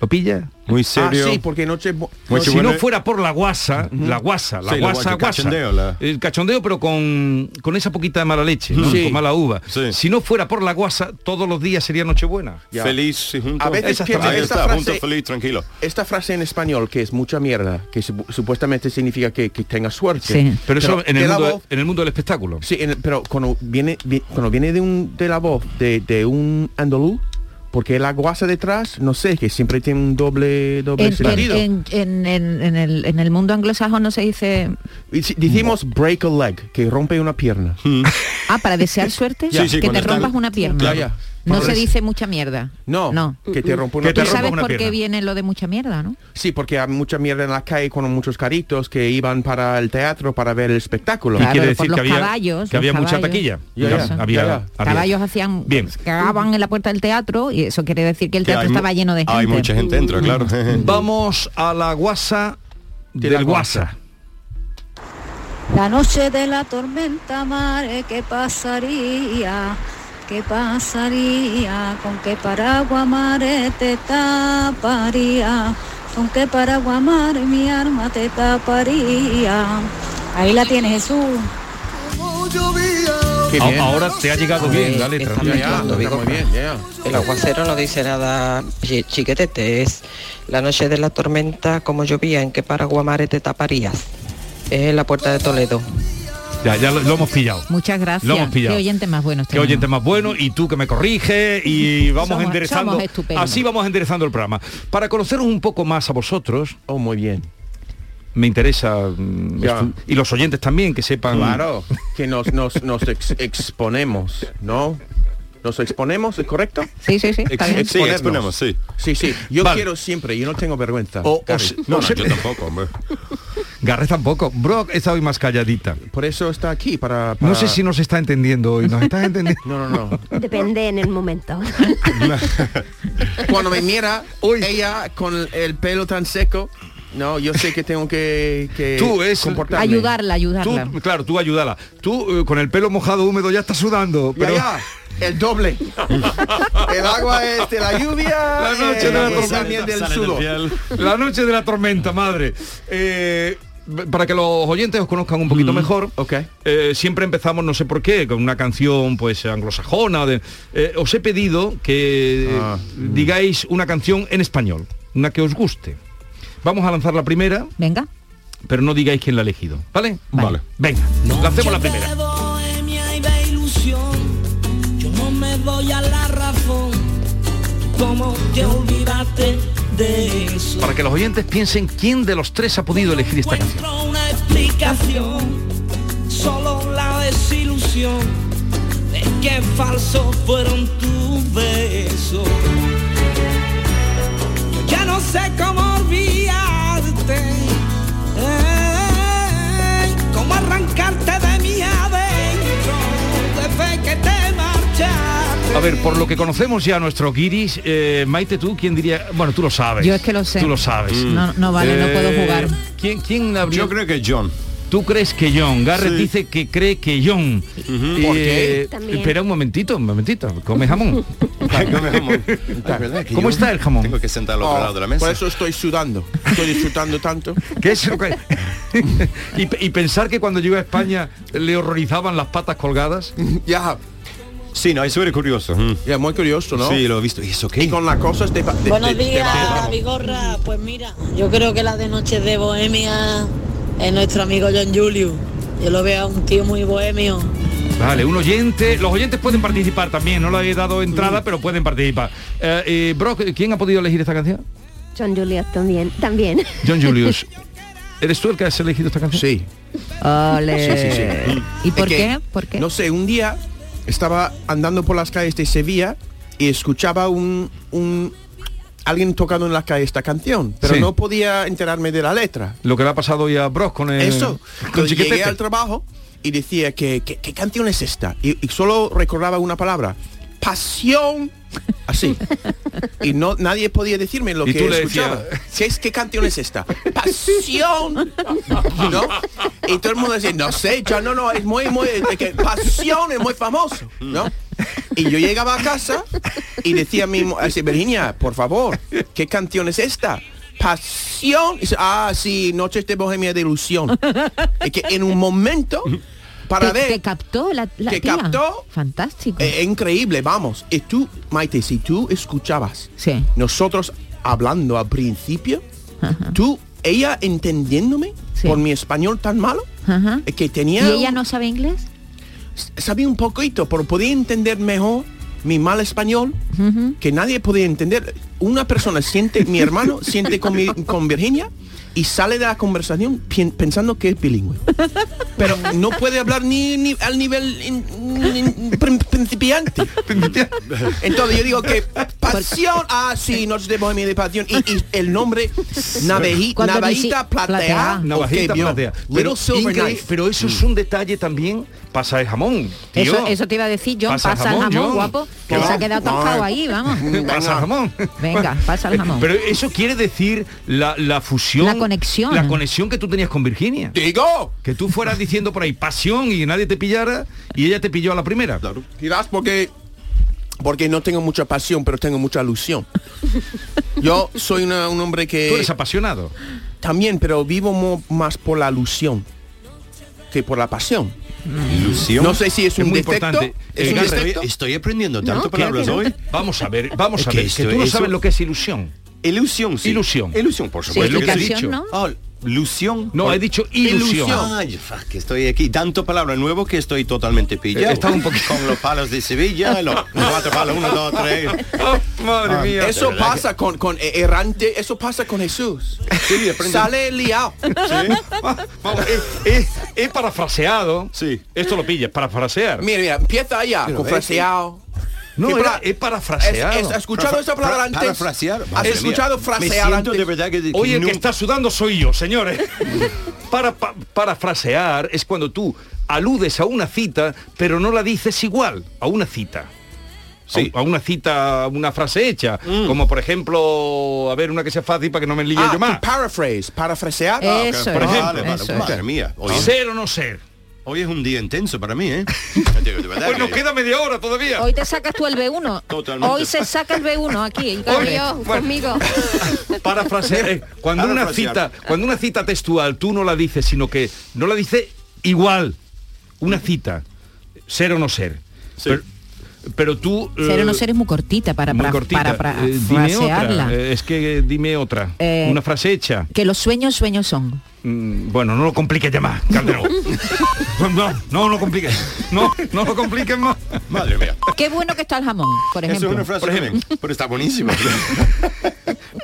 Speaker 2: ¿Lo pilla?
Speaker 8: Muy serio.
Speaker 3: Ah, sí, porque noche... bo-
Speaker 8: Pues
Speaker 3: noche-
Speaker 2: si
Speaker 8: bueno,
Speaker 2: no
Speaker 8: eh.
Speaker 2: fuera por la guasa, la guasa, la guasa,
Speaker 8: Sí, la guasa, el
Speaker 2: guasa.
Speaker 8: cachondeo, la-
Speaker 2: El cachondeo, pero con, con esa poquita de mala leche, ¿no?
Speaker 3: Sí.
Speaker 2: con mala uva.
Speaker 8: Sí.
Speaker 2: Si no fuera por la guasa, todos los días sería Nochebuena.
Speaker 3: Ya.
Speaker 8: Feliz y juntos.
Speaker 3: A veces
Speaker 2: Esa
Speaker 3: pierden
Speaker 8: Ahí
Speaker 3: esta
Speaker 8: está,
Speaker 3: frase-
Speaker 8: juntos, feliz, tranquilo.
Speaker 3: Esta frase en español, que es mucha mierda, que sup- supuestamente significa que, que tenga suerte.
Speaker 7: Sí.
Speaker 2: Pero eso en,
Speaker 3: de
Speaker 2: el
Speaker 3: la
Speaker 2: mundo,
Speaker 3: voz-
Speaker 2: en el mundo del espectáculo.
Speaker 3: Sí, en el- pero cuando viene, vi- cuando viene de, un, de la voz de, de un andaluz, porque la guasa detrás, no sé, que siempre tiene un doble, doble
Speaker 7: En, en-
Speaker 3: sentido.
Speaker 7: en- en- en- en el, en el mundo anglosajón no se dice...
Speaker 3: Y si- Decimos break a leg, que rompe una pierna.
Speaker 2: Hmm.
Speaker 7: Ah, para desear suerte,
Speaker 8: Sí, sí,
Speaker 7: que te
Speaker 8: cuando están-
Speaker 7: rompas una pierna.
Speaker 3: Claro. Ya, ya.
Speaker 7: No se
Speaker 3: Por-
Speaker 7: dice mucha mierda.
Speaker 3: No,
Speaker 7: No.
Speaker 3: que te rompe una
Speaker 2: Que te
Speaker 7: Tú
Speaker 3: pierna.
Speaker 2: rompas
Speaker 7: sabes
Speaker 2: una
Speaker 7: por
Speaker 2: pierna.
Speaker 7: qué viene lo de mucha mierda, ¿no?
Speaker 3: Sí, porque hay mucha mierda en la calle con muchos caritos que iban para el teatro para ver el espectáculo.
Speaker 2: Y
Speaker 7: Claro,
Speaker 2: quiere
Speaker 7: por
Speaker 2: decir
Speaker 7: los
Speaker 2: que había,
Speaker 7: caballos,
Speaker 2: que
Speaker 7: los
Speaker 2: había mucha
Speaker 7: caballos.
Speaker 2: taquilla.
Speaker 3: Ya,
Speaker 2: Digamos,
Speaker 3: ya,
Speaker 2: había-
Speaker 3: ya, ya.
Speaker 2: había-
Speaker 7: Caballos hacían...
Speaker 2: Bien.
Speaker 7: Cagaban en la puerta del teatro y eso quiere decir que el
Speaker 8: Que
Speaker 7: teatro
Speaker 8: hay mu-
Speaker 7: estaba lleno de gente.
Speaker 8: Hay mucha gente dentro, claro.
Speaker 2: Vamos a la guasa
Speaker 3: De
Speaker 2: del
Speaker 3: la guasa.
Speaker 2: guasa.
Speaker 10: La noche de la tormenta, mare, ¿qué pasaría? ¿Qué pasaría? ¿Con qué paraguas, mare, te taparía? ¿Con qué paraguas, mare, mi arma te taparía? Ahí la tiene Jesús.
Speaker 1: Como llovía,
Speaker 3: Qué
Speaker 2: A-
Speaker 3: bien.
Speaker 2: Ahora te ha llegado bien la letra.
Speaker 3: Ya, ya,
Speaker 11: mezclando,
Speaker 3: está muy bien, ya, ya.
Speaker 11: El aguacero no dice nada chi- chiquetete, es la noche de la tormenta como llovía, en que paraguamare te taparías. Es la puerta de Toledo.
Speaker 2: Ya, ya lo, lo hemos pillado.
Speaker 7: Muchas gracias.
Speaker 2: Lo hemos pillado.
Speaker 7: Qué oyentes más buenos
Speaker 2: Qué
Speaker 7: tenemos.
Speaker 2: oyente más bueno y tú que me corriges y vamos
Speaker 7: Somos-
Speaker 2: enderezando.
Speaker 7: somos estupendos.
Speaker 2: así vamos enderezando el programa. Para conoceros un poco más a vosotros,
Speaker 3: Oh, muy bien.
Speaker 2: me interesa mm,
Speaker 3: Ya.
Speaker 2: estu- y los oyentes también que sepan
Speaker 3: Claro, que nos, nos, nos ex- exponemos, ¿no? Nos exponemos, ¿es correcto?
Speaker 7: Sí, sí, sí. está
Speaker 8: Ex-
Speaker 7: bien.
Speaker 8: Sí,
Speaker 1: Pues
Speaker 8: exponemos, sí.
Speaker 3: Sí, sí. Yo
Speaker 2: Vale.
Speaker 3: quiero siempre, yo no tengo vergüenza.
Speaker 2: O-
Speaker 3: Gary.
Speaker 2: os-
Speaker 8: No,
Speaker 2: os-
Speaker 8: no, yo tampoco, hombre.
Speaker 2: Garrett tampoco. Brock está hoy más calladita.
Speaker 3: Por eso está aquí, para...
Speaker 2: No
Speaker 3: para-
Speaker 2: sé si nos está entendiendo hoy. ¿Nos estás entendiendo?
Speaker 3: Ah. No, no, no.
Speaker 6: Depende en el momento.
Speaker 3: Cuando me mira, ella con el pelo tan seco, No, yo sé que tengo que, que
Speaker 2: Tú es
Speaker 3: comportarme.
Speaker 7: este Ayudarla, ayudarla.
Speaker 2: Tú, claro, tú ayúdala. Tú eh, con el pelo mojado húmedo ya estás sudando, pero
Speaker 3: el doble. El agua es de la lluvia.
Speaker 2: La noche de la
Speaker 3: eh,
Speaker 2: tormenta.
Speaker 3: también del
Speaker 2: Sale del
Speaker 3: sudor.
Speaker 2: piel. La noche de la tormenta, madre. Eh, para que los oyentes os conozcan un poquito mejor, eh, siempre empezamos, no sé por qué, con una canción pues anglosajona. de- eh, os he pedido que eh, digáis una canción en español, una que os guste. Vamos a lanzar la primera,
Speaker 7: Venga.
Speaker 2: pero no digáis quién la ha elegido, ¿vale? Vale. Venga, lancemos la primera.
Speaker 12: de bohemia y de ilusión. Yo no me doy a la razón. ¿Cómo te olvidaste de eso?
Speaker 2: Para que los oyentes piensen quién de los tres ha podido elegir esta canción.
Speaker 12: Encuentro una explicación, solo la desilusión de que falsos fueron tus besos. Ya no sé cómo olvidarte, eh, cómo arrancarte de mi adentro desde que te marchaste.
Speaker 2: A ver, por lo que conocemos ya a nuestro Guiris, eh, Maite, tú, ¿quién diría? Bueno, tú lo sabes.
Speaker 7: Yo es que lo sé.
Speaker 2: Tú lo sabes. Eh,
Speaker 7: Mm. No, no vale, no puedo jugar.
Speaker 2: ¿Quién, quién abrió?
Speaker 8: Yo creo que John.
Speaker 2: Tú crees que John. Garrett
Speaker 8: Sí.
Speaker 2: dice que cree que John. Eh,
Speaker 8: ¿Por qué? También.
Speaker 2: Espera un momentito, un momentito. Come jamón. ¿Cómo está el jamón?
Speaker 8: Tengo que sentarlo al
Speaker 3: Oh,
Speaker 8: otro lado de la mesa.
Speaker 3: Por eso estoy sudando. Estoy disfrutando tanto.
Speaker 2: ¿Qué es lo que- y, pe- y pensar que cuando llegó a España le horrorizaban las patas colgadas.
Speaker 3: Ya.
Speaker 8: Sí, no, eso era curioso. mm.
Speaker 3: Ya, muy curioso, ¿no?
Speaker 8: Sí, lo he visto. ¿Y eso qué?
Speaker 3: Y con las cosas de... pa- de-
Speaker 13: Buenos
Speaker 3: de- de-
Speaker 13: días, Vigorra. Pues mira, yo creo que la de Noches de Bohemia es nuestro amigo John Julio. Yo lo veo a un tío muy bohemio.
Speaker 2: Vale, un oyente. Los oyentes pueden participar también. No le he dado
Speaker 7: Mm.
Speaker 2: entrada, pero pueden participar. Eh, eh, Brock, ¿quién ha podido elegir esta canción?
Speaker 6: John Julius también. también.
Speaker 2: John Julius. ¿Eres tú el que has elegido esta canción?
Speaker 3: Sí.
Speaker 7: Ole. Mm. ¿Y
Speaker 3: Es
Speaker 7: por
Speaker 3: que,
Speaker 7: qué? ¿Por qué?
Speaker 3: No sé, un día estaba andando por las calles de Sevilla y escuchaba un, un alguien tocando en la calle esta canción, pero
Speaker 2: Sí.
Speaker 3: no podía enterarme de la letra.
Speaker 2: Lo que le ha pasado hoy a Bros con el...
Speaker 3: Eso.
Speaker 2: Con
Speaker 3: Entonces llegué
Speaker 2: Chiquitete.
Speaker 3: al trabajo y decía que, que- ¿qué canción es esta? Y, y solo recordaba una palabra, pasión. Así. Y no nadie podía decirme lo
Speaker 2: Y
Speaker 3: que
Speaker 2: tú le
Speaker 3: escuchaba. ¿Qué, es, ¿Qué canción es esta? Pasión. ¿No? Y todo el mundo decía, no sé, ya no, no, es muy, muy, es que pasión es muy famoso, ¿no? Y yo llegaba a casa y decía a mi mu- así, Virginia, por favor, ¿qué canción es esta? Pasión. Y dice, ah, sí, Noches de Bohemia de Ilusión. Es que en un momento, para
Speaker 7: te,
Speaker 3: ver,
Speaker 7: te captó la, la
Speaker 3: Te
Speaker 7: tía.
Speaker 3: captó.
Speaker 7: Fantástico.
Speaker 3: eh, increíble, vamos. Y tú, Maite, si tú escuchabas
Speaker 7: Sí.
Speaker 3: nosotros hablando al principio, tú, ella entendiéndome por mi español tan malo,
Speaker 7: Ajá.
Speaker 3: eh, que
Speaker 7: ¿Y
Speaker 3: tenía...
Speaker 7: ella no sabe inglés?
Speaker 3: sabía un poquito, pero podía entender mejor mi mal español
Speaker 7: Ujú.
Speaker 3: que nadie podía entender. Una persona siente, mi hermano siente con, mi- con Virginia y sale de la conversación pien- pensando que es bilingüe. Pero no puede hablar ni, ni al nivel in- in- prin- principiante. Entonces yo digo que pasión, ah sí, noche de bohemia de pasión y, y el nombre Naveji-
Speaker 2: Cuando
Speaker 3: navajita
Speaker 2: dici-
Speaker 3: platea. ok,
Speaker 2: Navajita
Speaker 3: vio.
Speaker 2: platea.
Speaker 3: Little Silver
Speaker 2: increíble,
Speaker 3: Knife. Mm.
Speaker 2: pero eso es un detalle también. Pasa el jamón. tío.
Speaker 7: Eso, eso te iba a decir, John,
Speaker 2: Pasa
Speaker 7: pasa,
Speaker 2: el jamón,
Speaker 7: el jamón,
Speaker 2: John.
Speaker 7: guapo.
Speaker 2: Que
Speaker 7: Que se
Speaker 2: va.
Speaker 7: ha quedado atascado
Speaker 2: Ah.
Speaker 7: ahí, vamos.
Speaker 2: Pasa el jamón.
Speaker 7: Venga, pasa
Speaker 2: eh,
Speaker 7: el jamón.
Speaker 2: Pero eso quiere decir la, la fusión.
Speaker 7: La conexión.
Speaker 2: La conexión que tú tenías con Virginia.
Speaker 3: Digo.
Speaker 2: Que tú fueras diciendo por ahí pasión y nadie te pillara y ella te pilló a la primera.
Speaker 3: Quizás porque porque no tengo mucha pasión, pero tengo mucha ilusión. Yo soy una- un hombre que
Speaker 2: Tú eres apasionado.
Speaker 3: también, pero vivo mo- más por la ilusión que por la pasión.
Speaker 8: Ilusión.
Speaker 3: No sé si es un
Speaker 8: muy
Speaker 3: defecto,
Speaker 8: importante.
Speaker 3: es
Speaker 8: Eh,
Speaker 3: un
Speaker 8: Garra,
Speaker 3: defecto.
Speaker 8: Estoy, estoy aprendiendo tanto
Speaker 2: No,
Speaker 8: palabras
Speaker 2: claro que
Speaker 8: hoy.
Speaker 2: no. Vamos a ver, vamos a ver, que tú no sabes lo que es ilusión.
Speaker 8: Ilusión, sí.
Speaker 2: Ilusión.
Speaker 8: Ilusión, por supuesto.
Speaker 2: es lo que he
Speaker 8: sí.
Speaker 2: dicho.
Speaker 8: Ah, ilusión.
Speaker 2: No, he dicho ilusión.
Speaker 8: Ay, fuck, que estoy aquí. Tanto palabra nuevo que estoy totalmente pillado.
Speaker 2: Está un poquito-
Speaker 8: Con los palos de Sevilla, los cuatro palos, uno, dos, tres.
Speaker 2: madre
Speaker 8: Ah,
Speaker 2: mía.
Speaker 3: Eso
Speaker 8: de verdad
Speaker 3: pasa con, con e- errante, eso pasa con Jesús. Sale liado.
Speaker 2: Vamos, he, he- he parafraseado. Sí. Esto lo pillas, parafrasear.
Speaker 3: Mira, mira, empieza allá,
Speaker 2: Pero
Speaker 3: con
Speaker 2: es-
Speaker 3: fraseado.
Speaker 2: No,
Speaker 3: Que
Speaker 2: era,
Speaker 3: para-
Speaker 2: he parafraseado.
Speaker 3: Es- es- ¿Has escuchado esa palabra antes?
Speaker 8: Parafrasear.
Speaker 3: ¿Has
Speaker 8: madre mía.
Speaker 3: escuchado
Speaker 8: Me
Speaker 3: frasear
Speaker 8: siento
Speaker 3: antes?
Speaker 8: de verdad que... que
Speaker 2: Oye, el que
Speaker 8: nunca-
Speaker 2: está sudando soy yo, señores. Para, pa- parafrasear es cuando tú aludes a una cita, pero no la dices igual a una cita. a, a una cita, a una frase hecha. Como por ejemplo, a ver, una que sea fácil para que no me líe
Speaker 3: Mm. Ah,
Speaker 2: yo más.
Speaker 3: tú Paraphrase, parafrasear.
Speaker 2: Ah, ok, por ejemplo,
Speaker 8: madre mía.
Speaker 2: ser o no ser.
Speaker 8: Hoy es un día intenso para mí, ¿eh?
Speaker 2: Pues nos queda media hora todavía.
Speaker 7: Hoy te sacas tú el B1.
Speaker 8: Totalmente.
Speaker 7: Hoy se saca el B1 aquí, en
Speaker 6: Hoy,
Speaker 7: cambio,
Speaker 6: bueno. conmigo.
Speaker 2: Parafrasear. eh, Cuando una
Speaker 8: Parafrasear.
Speaker 2: cita, cuando una cita textual tú no la dices, sino que no la dices igual. Una cita, ser o no ser. Pero, pero tú eh,
Speaker 7: Cero no ser es muy cortita para,
Speaker 2: muy
Speaker 7: para,
Speaker 2: cortita.
Speaker 7: para- para
Speaker 2: Eh, dime
Speaker 7: frasearla.
Speaker 2: otra. Eh, es que eh, dime otra.
Speaker 7: Eh,
Speaker 2: una frase hecha.
Speaker 7: Que los sueños, sueños son.
Speaker 2: Mm, Bueno, no lo compliques ya más, Calderón. no, no lo compliques. No, no lo compliques más.
Speaker 8: Madre mía.
Speaker 7: Qué bueno que está el jamón, por
Speaker 8: Eso
Speaker 7: ejemplo.
Speaker 8: es una frase también, pero está buenísima.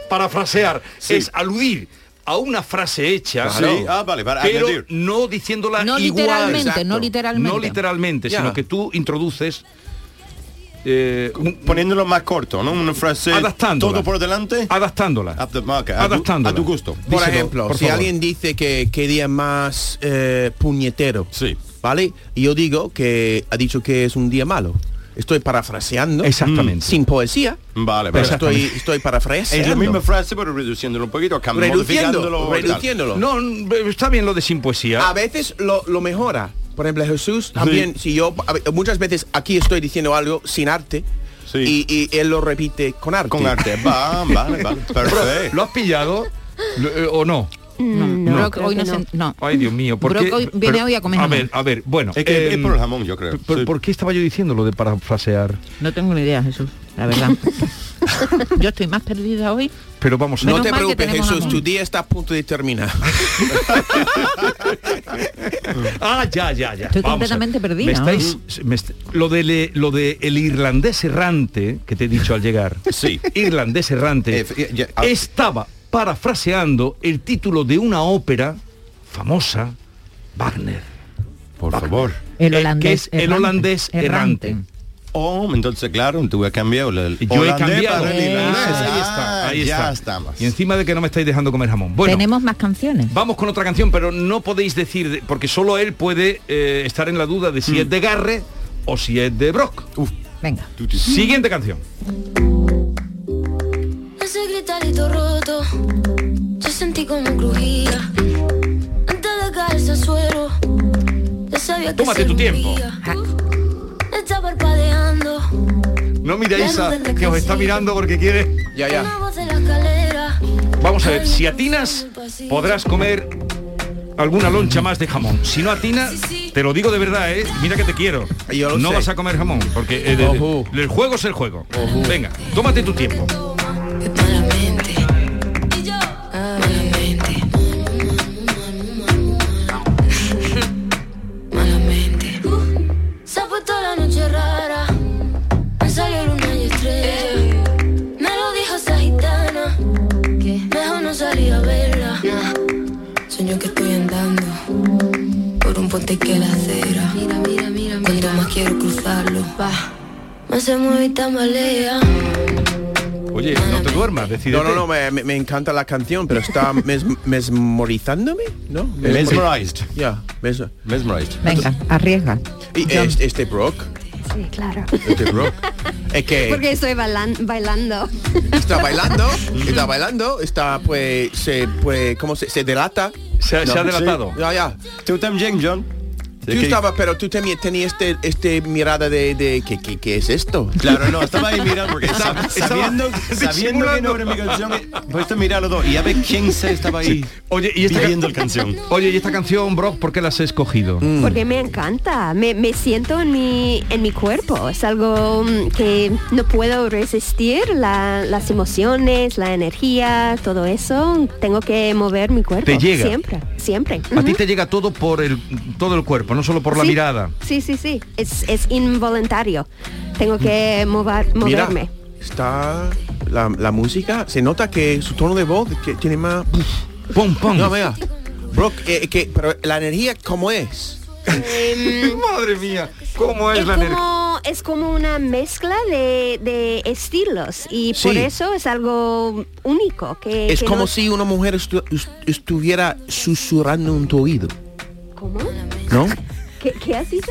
Speaker 2: Parafrasear es aludir a una frase hecha,
Speaker 8: Claro. Sí, ah, vale, para
Speaker 2: pero
Speaker 8: añadir.
Speaker 2: no diciéndola
Speaker 7: No
Speaker 2: igual.
Speaker 7: literalmente, Exacto. no literalmente.
Speaker 2: No literalmente,
Speaker 8: Ya.
Speaker 2: sino que tú introduces eh,
Speaker 8: poniéndolo más corto, ¿no? Una frase
Speaker 2: adaptándola.
Speaker 8: todo por delante.
Speaker 2: Adaptándola.
Speaker 8: Adaptándola. A tu gusto.
Speaker 3: Por ejemplo, si alguien dice que qué día más eh, puñetero, ¿vale? Y yo digo que ha dicho que es un día malo. Estoy parafraseando.
Speaker 2: Exactamente.
Speaker 3: Sin poesía.
Speaker 8: Vale,
Speaker 3: Pero
Speaker 8: vale.
Speaker 3: estoy,
Speaker 8: Exactamente.
Speaker 3: estoy parafraseando.
Speaker 8: Es la misma frase, pero reduciéndolo un poquito, cam-
Speaker 3: Reduciendo,
Speaker 8: modificándolo.
Speaker 3: reduciéndolo.
Speaker 2: No, n- está bien lo de sin poesía.
Speaker 3: A veces lo, lo mejora. Por ejemplo, Jesús también, si yo a ve- muchas veces aquí estoy diciendo algo sin arte y, y él lo repite con arte.
Speaker 8: Con arte. Va, vale, vale. Perfecto.
Speaker 2: ¿Lo has pillado Lo- eh, o no?
Speaker 7: No, Brock hoy no, se- Ah. no.
Speaker 2: Ay, Dios mío, ¿por
Speaker 7: Brock
Speaker 2: qué?
Speaker 7: hoy viene hoy a comer jamón.
Speaker 2: ver, a ver, bueno. em,
Speaker 8: Es que es por el jamón, yo creo.
Speaker 2: ¿por, por qué estaba yo diciendo lo de parafrasear?
Speaker 7: No tengo ni idea, Jesús, la verdad. Yo estoy más perdida hoy.
Speaker 2: Pero vamos a
Speaker 3: No
Speaker 7: Menos
Speaker 3: te
Speaker 7: mal que
Speaker 3: preocupes,
Speaker 7: tenemos
Speaker 3: Jesús,
Speaker 7: jamón.
Speaker 3: tu día está a punto de terminar.
Speaker 2: Ah, ya, ya, ya.
Speaker 7: Estoy
Speaker 2: Vamos a ver.
Speaker 7: completamente perdida,
Speaker 2: Me
Speaker 7: ¿no?
Speaker 2: estáis, me est- lo, de le- lo de el irlandés errante que te he dicho al llegar.
Speaker 8: Sí.
Speaker 2: Irlandés errante. estaba parafraseando el título de una ópera famosa, Wagner.
Speaker 8: Por favor.
Speaker 7: El
Speaker 2: que es
Speaker 7: holandés.
Speaker 2: el holandés errante.
Speaker 8: Oh, entonces claro, tú has cambiado el el
Speaker 2: Yo he
Speaker 8: holandés
Speaker 2: cambiado.
Speaker 8: para el
Speaker 2: Eh,
Speaker 8: irlandés.
Speaker 2: ahí
Speaker 8: Ah,
Speaker 2: está, ahí
Speaker 8: ya
Speaker 2: está.
Speaker 8: estamos.
Speaker 2: Y encima de que no me estáis dejando comer jamón. Bueno,
Speaker 7: Tenemos más canciones.
Speaker 2: Vamos con otra canción, pero no podéis decir, de- porque solo él puede eh, estar en la duda de si
Speaker 8: Mm.
Speaker 2: es de Garre o si es de Brock.
Speaker 7: Venga.
Speaker 2: Siguiente canción.
Speaker 14: Ese gritarito roto, yo sentí como crujía. Antes de caerse al suelo, yo sabía que
Speaker 2: Tómate
Speaker 14: se
Speaker 2: tu tiempo.
Speaker 14: hundía. Está parpadeando,
Speaker 2: No miréis a que os está mirando porque quiere. Ya,
Speaker 14: una voz de la escalera.
Speaker 2: Vamos a ver, si atinas, podrás comer alguna loncha más de jamón. Si no atinas, te lo digo de verdad, ¿eh? Mira que te quiero.
Speaker 8: Yo lo
Speaker 2: no
Speaker 8: sé.
Speaker 2: vas a comer jamón, porque eh, de- de-
Speaker 8: Ojo.
Speaker 2: el juego es el juego. Venga, tómate tu tiempo.
Speaker 14: Malamente. Malamente. Se ha puesto la noche rara. Me salió luna y estrella. Me lo dijo esa gitana. Que mejor no salir a verla. Sueño que estoy andando por un puente que la acera. Mira, mira, mira, mira. Cuanto más quiero cruzarlo, va. Me se mueve y tambalea.
Speaker 2: Oye, no te duermas, decídete.
Speaker 3: No, no, no, me, me- me encanta la canción, pero está mes- mesmorizándome, ¿no?
Speaker 8: Mesmerized.
Speaker 3: Ya, mes-
Speaker 8: Mesmerized.
Speaker 7: Venga, arriesga.
Speaker 3: Y
Speaker 7: John.
Speaker 3: es- este Brock,
Speaker 6: Sí, claro.
Speaker 3: este Brock, es que
Speaker 6: Porque estoy bailan- bailando.
Speaker 3: está bailando, está bailando, está pues, se, pues, ¿cómo se, se delata?
Speaker 2: Se- se ha delatado.
Speaker 3: Ya, ya.
Speaker 8: Tú también, John.
Speaker 3: Tú
Speaker 8: Es que-
Speaker 3: estabas, pero tú también tenías este, este mirada de, de ¿qué, qué, qué es esto?
Speaker 8: Claro, no, estaba ahí mirando porque
Speaker 3: Estaba-
Speaker 8: sab- sabiendo,
Speaker 3: estaba
Speaker 8: sabiendo que no era mi canción, pues esto miraba los dos y a ver quién se estaba ahí.
Speaker 2: Oye, y esta
Speaker 8: pidiendo el canción.
Speaker 2: Oye, y esta canción, Brock, ¿por qué la has escogido?
Speaker 3: Mm.
Speaker 6: Porque me encanta, me, me siento en mi, en mi cuerpo, es algo mm, que no puedo resistir, la- las emociones, la energía, todo eso, tengo que mover mi cuerpo.
Speaker 2: Te llega.
Speaker 6: Siempre, siempre.
Speaker 2: A ti
Speaker 6: Ujú.
Speaker 2: te llega todo por el todo el cuerpo, no solo por la
Speaker 6: Sí,
Speaker 2: mirada.
Speaker 6: Sí, sí, sí, es, es involuntario, tengo que mover,
Speaker 3: Mira,
Speaker 6: moverme.
Speaker 3: está la, la música, se nota que su tono de voz que tiene más...
Speaker 2: Pum, pum.
Speaker 3: No, vea. Brock, eh, que, pero la energía, ¿cómo es?
Speaker 2: Madre mía, ¿cómo es,
Speaker 6: es
Speaker 2: la energía?
Speaker 6: como, es como una mezcla de, de estilos y por
Speaker 3: Sí.
Speaker 6: eso es algo único. Que,
Speaker 3: es
Speaker 6: que
Speaker 3: como
Speaker 6: no-
Speaker 3: si una mujer estu- est- estuviera susurrando en tu oído.
Speaker 6: ¿Cómo?
Speaker 3: ¿No?
Speaker 6: ¿Qué, qué has dicho?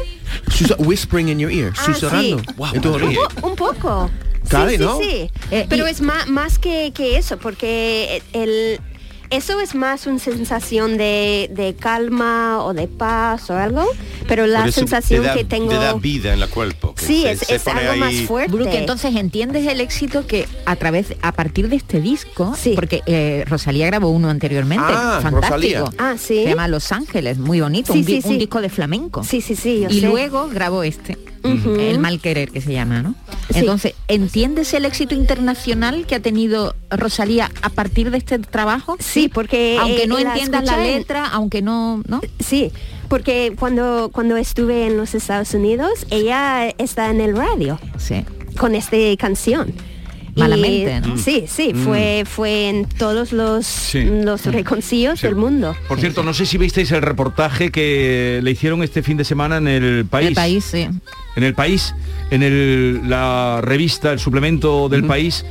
Speaker 3: Susa- whispering in your ear,
Speaker 6: Ah,
Speaker 3: susurrando.
Speaker 6: sí.
Speaker 3: En tu oreja.
Speaker 6: Un, po- un poco.
Speaker 3: Claro,
Speaker 6: sí, sí,
Speaker 3: ¿no? Eh,
Speaker 6: sí. Pero es más, más que, que eso, porque el, eso es más una sensación de, de calma o de paz o algo, pero la
Speaker 4: Por eso
Speaker 6: sensación
Speaker 4: te da-
Speaker 6: que tengo...
Speaker 4: Te da vida en el cuerpo. que se- se pone ahí-
Speaker 7: Brooke, entonces entiendes el éxito que a través, a partir de este disco, porque eh, Rosalía grabó uno anteriormente,
Speaker 6: Ah, Rosalía.
Speaker 7: fantástico.
Speaker 6: Ah, sí.
Speaker 7: Se llama Los Ángeles, muy bonito,
Speaker 6: Sí,
Speaker 7: un, di-
Speaker 6: sí,
Speaker 7: un
Speaker 6: sí.
Speaker 7: disco de flamenco.
Speaker 6: Sí, sí, sí. yo
Speaker 7: y
Speaker 6: sé.
Speaker 7: luego grabó este,
Speaker 6: Ujú.
Speaker 7: El Mal Querer, que se llama, ¿no? Entonces, ¿entiendes el éxito internacional que ha tenido Rosalía a partir de este trabajo?
Speaker 6: Sí, porque...
Speaker 7: Aunque
Speaker 6: eh,
Speaker 7: no
Speaker 6: la
Speaker 7: entiendas la
Speaker 6: escuché en-
Speaker 7: letra, aunque no, ¿no?
Speaker 6: Sí, porque cuando, cuando estuve en los Estados Unidos, ella está en el radio
Speaker 7: Sí.
Speaker 6: con esta canción. Y-
Speaker 7: Malamente, ¿no?
Speaker 6: Sí, sí,
Speaker 2: Mm.
Speaker 6: fue, fue en todos los,
Speaker 2: Sí. Mm.
Speaker 6: los reconcillos del mundo.
Speaker 2: Por cierto, no sé si visteis el reportaje que le hicieron este fin de semana en el país.
Speaker 7: El país, sí.
Speaker 2: En el país, en el- la revista, el suplemento del país.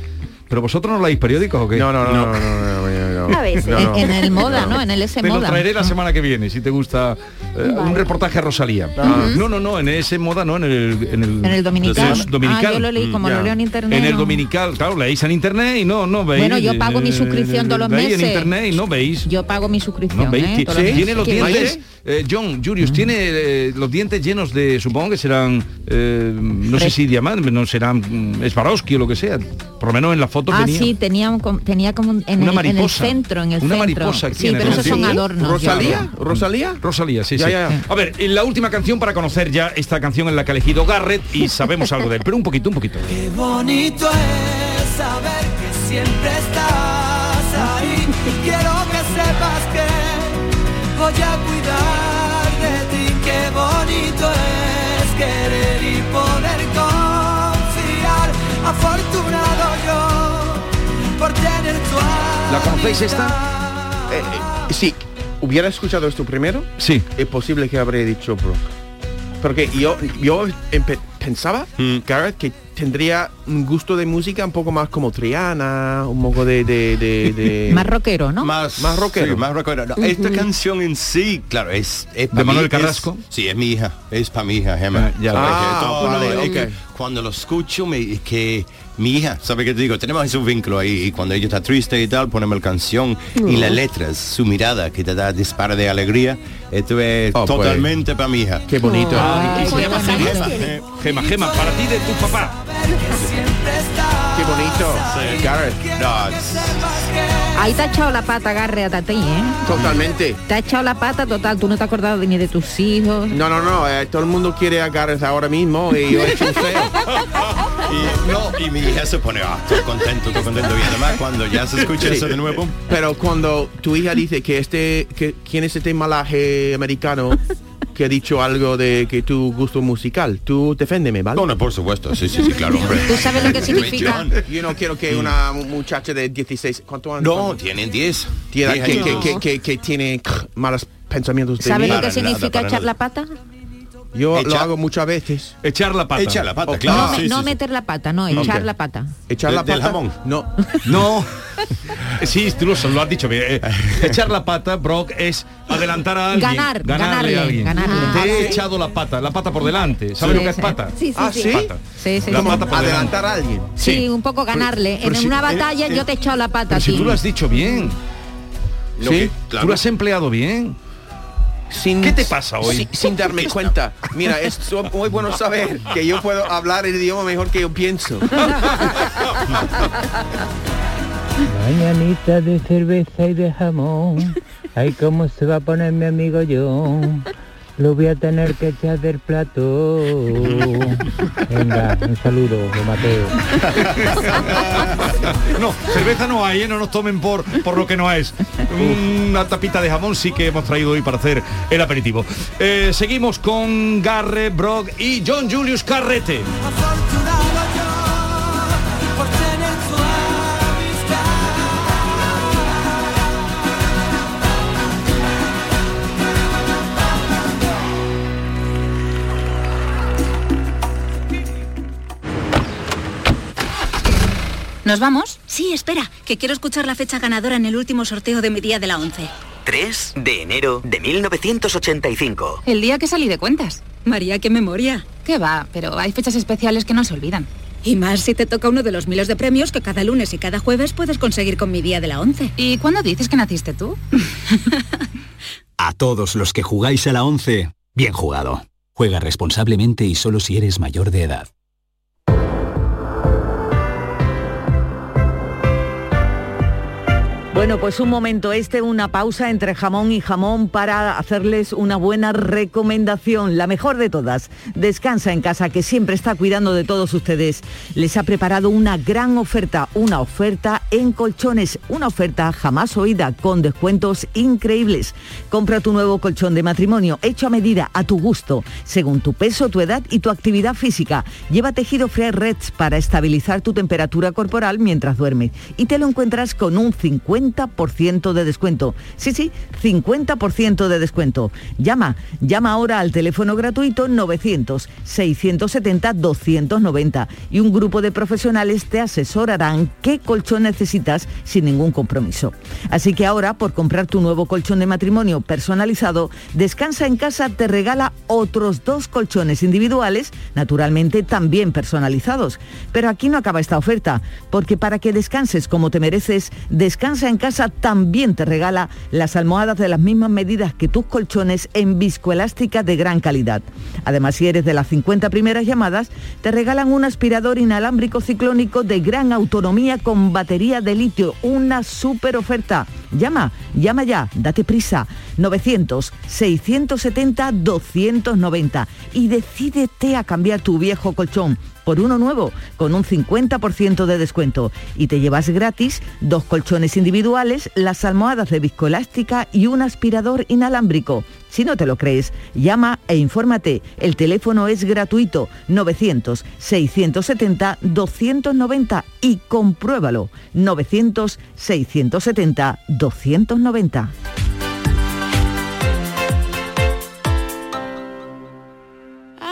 Speaker 2: Pero vosotros no leéis periódicos o qué? No,
Speaker 3: no, no, no, no,
Speaker 7: A veces. En, en el moda, ¿no? En el S
Speaker 2: Te lo
Speaker 7: moda. Mm.
Speaker 2: traeré la semana que viene, si te gusta. eh, Un reportaje a Rosalía. No, no, no, en ese moda, no, en el... En el,
Speaker 7: Ah. En el dominical.
Speaker 2: en el dominical.
Speaker 7: Ah, yo lo leí, como lo leo en internet,
Speaker 2: En el
Speaker 7: no.
Speaker 2: dominical, claro, leéis en internet y no, no veis.
Speaker 7: Bueno, yo pago mi
Speaker 2: eh,
Speaker 7: suscripción todos los
Speaker 2: leéis en
Speaker 7: meses.
Speaker 2: internet y no veis.
Speaker 7: Yo pago mi suscripción.
Speaker 2: No, veis,
Speaker 7: ¿eh?
Speaker 2: ti-
Speaker 7: Todos los
Speaker 2: tiene
Speaker 7: meses. Mm.
Speaker 2: los dientes, eh, John, Julius, tiene eh, los dientes llenos de, supongo que serán, eh, no sé si diamantes, no serán mm, Swarovski o lo que sea, por lo menos en la foto
Speaker 7: Ah,
Speaker 2: tenía.
Speaker 7: sí, tenía, un com- tenía como un, en,
Speaker 2: Una
Speaker 7: el, en el
Speaker 2: mariposa.
Speaker 7: centro, en el
Speaker 2: Una
Speaker 7: centro.
Speaker 2: mariposa aquí
Speaker 7: sí,
Speaker 2: en el
Speaker 7: pero esos son
Speaker 2: centro.
Speaker 7: adornos.
Speaker 3: ¿Rosalía?
Speaker 7: yo.
Speaker 3: ¿Rosalía?
Speaker 2: Rosalía, sí,
Speaker 3: Ya,
Speaker 2: sí.
Speaker 3: ya,
Speaker 2: A ver, y la última canción para conocer ya esta canción en la que ha elegido Garrett y sabemos algo de él, pero un poquito, un poquito.
Speaker 12: Qué bonito es saber que siempre estás ahí. Quiero que sepas que voy a cuidar de ti. Qué bonito es querer y poder confiar. Afortunado yo por tener tu
Speaker 3: ¿La conocéis esta? Eh, sí. ¿Hubiera escuchado esto primero?
Speaker 2: Sí.
Speaker 3: Es posible que habría dicho Brooke. Porque yo, yo empe- pensaba, Gareth, que tendría un gusto de música un poco más como Triana, un poco de... de, de-
Speaker 2: Eh,
Speaker 3: de-
Speaker 7: Más rockero, ¿no?
Speaker 4: Más,
Speaker 3: Más rockero.
Speaker 4: sí, más rockero. No,
Speaker 3: Ujú.
Speaker 4: Esta canción en sí, claro, es... es pa'
Speaker 2: ¿De
Speaker 4: mí,
Speaker 2: Manuel
Speaker 4: es-
Speaker 2: Carrasco?
Speaker 4: sí, es mi hija. Es para mi hija, Gemma.
Speaker 2: ya.
Speaker 4: ¿Sabes?
Speaker 2: Ah,
Speaker 4: Que todo-
Speaker 2: vale,
Speaker 4: no, es que
Speaker 2: ok.
Speaker 4: Cuando lo escucho, me, es que mi hija, ¿sabes qué te digo? Tenemos ese vínculo ahí. Y cuando ella está triste y tal, ponemos la canción. Y
Speaker 3: No.
Speaker 4: las letras, su mirada, que te da disparo de alegría. Esto es
Speaker 3: Oh, pues.
Speaker 4: totalmente para mi hija.
Speaker 3: Qué bonito.
Speaker 2: Ah,
Speaker 4: y se llama
Speaker 2: ¿Cuántos años
Speaker 4: Gemma.
Speaker 2: tiene? Gema, Gema, para ti de tu papá.
Speaker 3: Qué bonito. Gareth.
Speaker 7: Ahí te ha echado la pata, agarre a ti, ¿eh?
Speaker 3: Totalmente.
Speaker 7: Te ha echado la pata total, tú no te has acordado ni de tus hijos.
Speaker 3: No, no, no. eh, todo el mundo quiere a Gareth ahora mismo y yo he hecho un feo.
Speaker 4: Y, no, y mi hija se pone, ah, estoy contento, estoy contento. Y además, cuando ya se escucha
Speaker 3: Sí.
Speaker 4: eso de nuevo,
Speaker 3: Pero cuando tu hija dice que este, que quién es este malaje americano que ha dicho algo de que tu gusto musical, tú deféndeme, ¿vale?
Speaker 4: No, no, por supuesto, sí, sí, sí, claro, hombre.
Speaker 3: ¿Tú sabes
Speaker 7: lo que
Speaker 4: significa? John.
Speaker 3: Yo no quiero que una mu- muchacha de 16, ¿cuántos años?
Speaker 4: No, tienen 10.
Speaker 3: Tía,
Speaker 4: Diez
Speaker 3: que, que,
Speaker 4: añitos.
Speaker 3: que, que- que tiene malos pensamientos de
Speaker 7: ¿Sabes
Speaker 3: mí.
Speaker 7: lo que significa echar la pata?
Speaker 3: Yo lo
Speaker 4: Echar-
Speaker 3: hago muchas veces.
Speaker 2: Echar la
Speaker 4: pata. Echar la pata, claro.
Speaker 7: no me- no meter la pata, no, echar
Speaker 3: Ok.
Speaker 7: la pata.
Speaker 3: Echar la
Speaker 2: De- del
Speaker 3: pata.
Speaker 2: jamón.
Speaker 3: No.
Speaker 2: No. Sí, tú lo, lo has dicho bien. eh. Echar la pata, Brock, es adelantar a alguien.
Speaker 7: Ganar, ganarle,
Speaker 2: a alguien.
Speaker 7: ganarle.
Speaker 2: Te he
Speaker 7: Ah, sí.
Speaker 2: echado la pata, la pata por delante. ¿Sabes
Speaker 7: Sí,
Speaker 2: lo que es
Speaker 7: sí.
Speaker 2: pata?
Speaker 7: Sí, sí,
Speaker 2: Ah,
Speaker 7: sí.
Speaker 2: Pata.
Speaker 7: Sí, sí,
Speaker 2: La
Speaker 7: sí.
Speaker 2: pata por
Speaker 3: Adelantar
Speaker 2: delante.
Speaker 3: a alguien.
Speaker 7: Sí, un poco ganarle.
Speaker 2: pero
Speaker 7: en
Speaker 2: si-
Speaker 7: una
Speaker 2: eh,
Speaker 7: batalla
Speaker 2: eh,
Speaker 7: yo te he echado la pata.
Speaker 2: Pero
Speaker 7: a
Speaker 2: si
Speaker 7: ti.
Speaker 2: tú lo has dicho bien.
Speaker 3: No,
Speaker 2: Sí,
Speaker 3: que-
Speaker 2: Tú
Speaker 3: claro.
Speaker 2: lo has empleado bien.
Speaker 3: ¿Qué
Speaker 2: te pasa hoy?
Speaker 3: Sin, sin darme cuenta. Mira, es so- muy bueno saber que yo puedo hablar el idioma mejor que yo pienso.
Speaker 9: Mañanita de cerveza y de jamón. Ay, cómo se va a poner mi amigo John. Lo voy a tener que echar del plato. Venga, un saludo de Mateo.
Speaker 2: No, cerveza no hay, ¿eh? no nos tomen por, por lo que no es. Mm, Una tapita de jamón sí que hemos traído hoy para hacer el aperitivo. Eh, seguimos con Garre, Brock y John Julius Carrete.
Speaker 12: por tener tu
Speaker 15: ¿Nos vamos? Sí, espera, que quiero escuchar la fecha ganadora en el último sorteo de mi día de la 11.
Speaker 16: 3 de enero de 1985.
Speaker 17: El día que salí de cuentas. María, qué memoria. Qué va, pero hay fechas especiales que no se olvidan.
Speaker 18: Y más si te toca uno de los miles de premios que cada lunes y cada jueves puedes conseguir con mi día de la 11.
Speaker 17: ¿Y cuándo dices que naciste tú?
Speaker 19: A todos los que jugáis a la 11, bien jugado. Juega responsablemente y solo si eres mayor de edad.
Speaker 20: Bueno, pues un momento este, una pausa entre jamón y jamón para hacerles una buena recomendación, la mejor de todas. Descansa en casa, que siempre está cuidando de todos ustedes. Les ha preparado una gran oferta, una oferta en colchones, una oferta jamás oída, con descuentos increíbles. Compra tu nuevo colchón de matrimonio, hecho a medida, a tu gusto, según tu peso, tu edad y tu actividad física. Lleva tejido Fresh Reds para estabilizar tu temperatura corporal mientras duermes. Y te lo encuentras con un 50 50% de descuento. Sí, sí, 50% de descuento. Llama, llama ahora al teléfono gratuito 900-670-290 y un grupo de profesionales te asesorarán qué colchón necesitas sin ningún compromiso. Así que ahora, por comprar tu nuevo colchón de matrimonio personalizado, Descansa en casa te regala otros dos colchones individuales, naturalmente también personalizados. Pero aquí no acaba esta oferta, porque para que descanses como te mereces, Descansa en en casa también te regala las almohadas de las mismas medidas que tus colchones en viscoelástica de gran calidad. Además, si eres de las 50 primeras llamadas, te regalan un aspirador inalámbrico ciclónico de gran autonomía con batería de litio. Una super oferta. Llama, llama ya, date prisa. 900-670-290 y decídete a cambiar tu viejo colchón por uno nuevo con un 50% de descuento y te llevas gratis dos colchones individuales, las almohadas de viscoelástica y un aspirador inalámbrico. Si no te lo crees, llama e infórmate. El teléfono es gratuito 900 670 290 y compruébalo 900 670 290.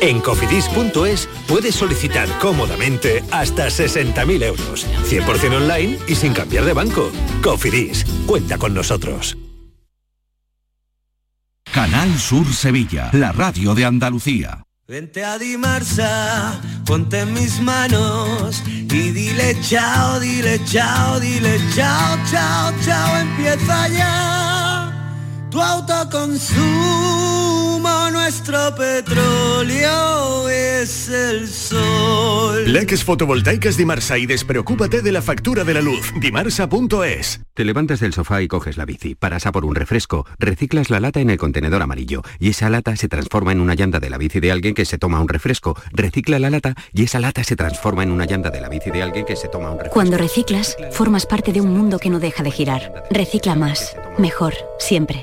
Speaker 21: En cofidis.es puedes solicitar cómodamente hasta 60.000 euros, 100% online y sin cambiar de banco. Cofidis, cuenta con nosotros.
Speaker 22: Canal Sur Sevilla, la radio de Andalucía.
Speaker 12: Vente a Dimarsa, ponte en mis manos y dile chao, dile chao, dile chao, chao, chao, empieza ya tu autoconsumo, nuestro petróleo es el sol.
Speaker 23: Leques fotovoltaicas Dimarsa y despreocúpate de la factura de la luz. Dimarsa.es.
Speaker 24: Te levantas del sofá y coges la bici, paras a por un refresco, reciclas la lata en el contenedor amarillo y esa lata se transforma en una llanta de la bici de alguien que se toma un refresco, recicla la lata y esa lata se transforma en una llanta de la bici de alguien que se toma un refresco.
Speaker 25: Cuando reciclas, formas parte de un mundo que no deja de girar. Recicla más, mejor, siempre.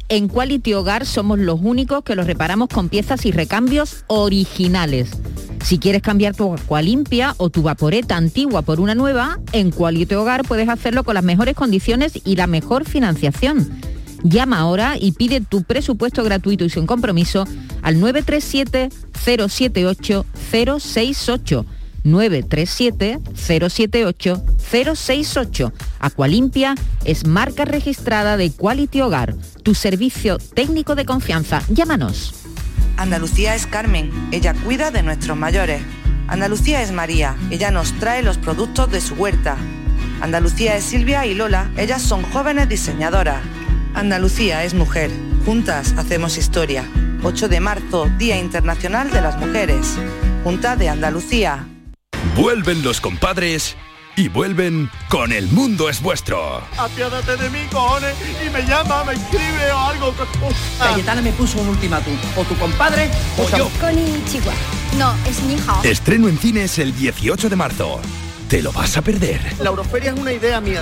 Speaker 7: En Quality Hogar somos los únicos que los reparamos con piezas y recambios originales. Si quieres cambiar tu agua limpia o tu vaporeta antigua por una nueva, en Cualite Hogar puedes hacerlo con las mejores condiciones y la mejor financiación. Llama ahora y pide tu presupuesto gratuito y sin compromiso al 937-078-068. 937-078-068. Aqualimpia es marca registrada de Quality Hogar, tu servicio técnico de confianza. Llámanos.
Speaker 1: Andalucía es Carmen, ella cuida de nuestros mayores. Andalucía es María, ella nos trae los productos de su huerta. Andalucía es Silvia y Lola, ellas son jóvenes diseñadoras. Andalucía es mujer, juntas hacemos historia. 8 de marzo, Día Internacional de las Mujeres. Junta de Andalucía.
Speaker 22: Vuelven los compadres y vuelven con El Mundo es Vuestro.
Speaker 5: Apiádate de mí, cojones, y me llama, me escribe o algo.
Speaker 10: Cayetana me puso un ultimátum. O tu compadre o yo. Eh,
Speaker 11: Con Chihuahua. No, es ni hao.
Speaker 22: Estreno en cines el 18 de marzo. Te lo vas a perder.
Speaker 5: La Euroferia es una idea mía.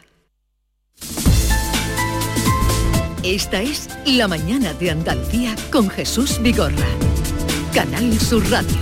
Speaker 26: Esta es La mañana de Andalucía con Jesús Vigorra. Canal Sur Radio.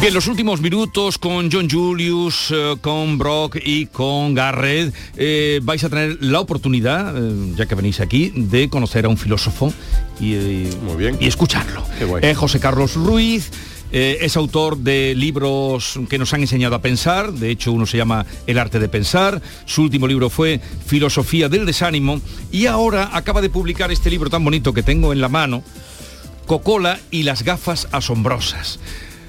Speaker 2: Bien, los últimos minutos con John Julius, eh, con Brock y con Garrett. eh, vais a tener la oportunidad, eh, ya que venís aquí, de conocer a un filósofo y, eh, y escucharlo.
Speaker 13: Pues.
Speaker 2: Es Eh, José Carlos Ruiz. eh, es autor de libros que nos han enseñado a pensar, de hecho uno se llama El arte de pensar, su último libro fue Filosofía del desánimo y ahora acaba de publicar este libro tan bonito que tengo en la mano, Cocola y las gafas asombrosas.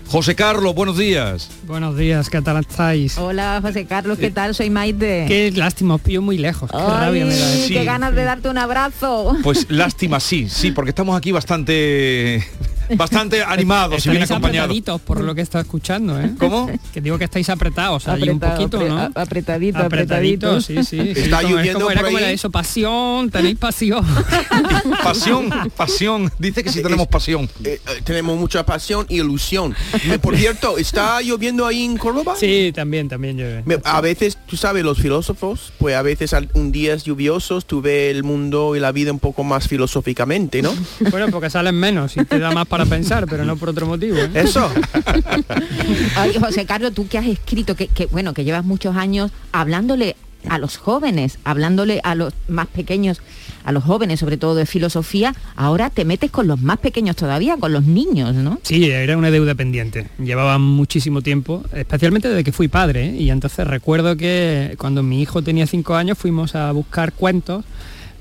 Speaker 2: José Carlos, buenos días.
Speaker 13: Buenos días, ¿qué tal estáis?
Speaker 7: Hola José Carlos, ¿qué tal? Soy Maite.
Speaker 13: Eh, Qué lástima, os pillo muy lejos. Qué rabia me da.
Speaker 7: Ay,
Speaker 2: Sí.
Speaker 7: qué ganas de darte un abrazo.
Speaker 2: Pues lástima, sí, sí, porque estamos aquí bastante bastante animados y bien
Speaker 13: Estáis
Speaker 2: acompañados.
Speaker 13: apretaditos por lo que está escuchando, ¿eh?
Speaker 2: ¿Cómo?
Speaker 13: Que digo que estáis apretados ahí un
Speaker 7: Apretado,
Speaker 13: poquito,
Speaker 7: apre-
Speaker 13: ¿no?
Speaker 7: a- apretadito,
Speaker 13: Apretadito,
Speaker 7: apretadito.
Speaker 13: sí, sí. sí,
Speaker 2: Está
Speaker 13: como- es
Speaker 2: lloviendo
Speaker 13: como- era
Speaker 2: por
Speaker 13: como
Speaker 2: ahí.
Speaker 13: era eso, pasión, tenéis pasión.
Speaker 2: Pasión, pasión. Dice que si tenemos pasión.
Speaker 3: eh, tenemos mucha pasión y ilusión. Eh, Por cierto, ¿está lloviendo ahí en Córdoba?
Speaker 13: Sí, también, también llueve.
Speaker 3: Me- A veces, tú sabes, los filósofos, pues a veces al- un día es lluvioso, tú ves el mundo y la vida un poco más filosóficamente, ¿no?
Speaker 13: Bueno, porque salen menos y te da más para pensar, pero no por otro motivo. ¿eh?
Speaker 3: Eso.
Speaker 7: Ay, José Carlos, tú que has escrito, que, que, bueno, que llevas muchos años hablándole a los jóvenes, hablándole a los más pequeños, a los jóvenes sobre todo de filosofía, ahora te metes con los más pequeños todavía, con los niños, ¿no?
Speaker 13: Sí, era una deuda pendiente. Llevaba muchísimo tiempo, especialmente desde que fui padre. ¿eh? Y entonces recuerdo que cuando mi hijo tenía cinco años fuimos a buscar cuentos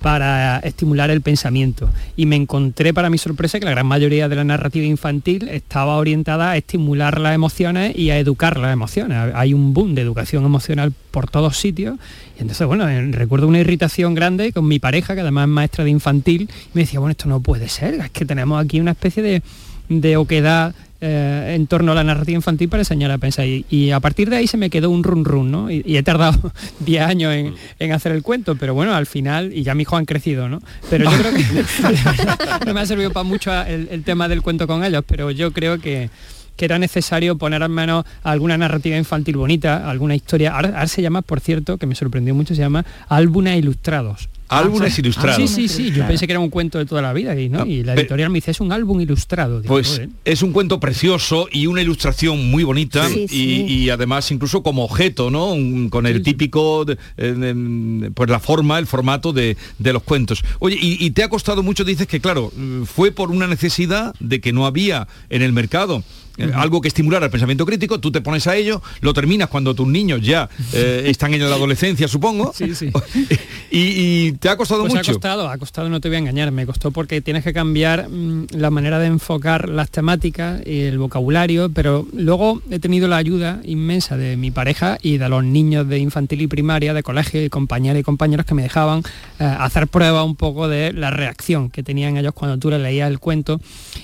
Speaker 8: para estimular el pensamiento. Y me encontré, para mi sorpresa, que la gran mayoría de la narrativa infantil estaba orientada a estimular las emociones y a educar las emociones. Hay un boom de educación emocional por todos sitios. Y entonces, bueno, en- recuerdo una irritación grande con mi pareja, que además es maestra de infantil, y me decía, bueno, esto no puede ser, es que tenemos aquí una especie de, de oquedad eh, en torno a la narrativa infantil para enseñar a pensar. Y, y a partir de ahí se me quedó un run run, ¿no? Y, y he tardado 10 años
Speaker 2: Mm.
Speaker 8: en, en hacer el cuento, pero bueno, al final, y ya mis hijos han crecido, ¿no? Pero yo creo que no me ha servido para mucho el, el tema del cuento con ellos, pero yo creo que que era necesario poner al menos alguna narrativa infantil bonita, alguna historia. Ahora, ahora se llama, por cierto, que me sorprendió mucho, se llama Álbumes Ilustrados.
Speaker 2: Álbumes
Speaker 8: Ah,
Speaker 2: Ilustrados.
Speaker 8: Sí, sí, sí. Yo
Speaker 2: Ilustrados.
Speaker 8: pensé que era un cuento de toda la vida y, ¿no? y la editorial me dice, es un álbum ilustrado. Digo,
Speaker 2: Pues
Speaker 8: "Joder".
Speaker 2: es un cuento precioso y una ilustración muy bonita
Speaker 8: Sí,
Speaker 2: y,
Speaker 8: sí.
Speaker 2: y además incluso como objeto, ¿no? Un- con el típico, de- eh, de- pues la forma, el formato de, de los cuentos. Oye, y, y te ha costado mucho, dices que claro, mm, fue por una necesidad de que no había en el mercado. eh, Algo que estimulara el pensamiento crítico, tú te pones a ello, lo terminas cuando tus niños ya eh, están en la adolescencia, supongo.
Speaker 8: Sí, sí.
Speaker 2: Y, y te ha costado
Speaker 8: Pues
Speaker 2: mucho.
Speaker 8: ha costado, ha costado, no te voy a engañar, me costó porque tienes que cambiar mm, la manera de enfocar las temáticas y el vocabulario, pero luego he tenido la ayuda inmensa de mi pareja y de los niños de infantil y primaria, de colegio y compañeras y compañeros que me dejaban eh, hacer pruebas un poco de la reacción que tenían ellos cuando tú les leías el cuento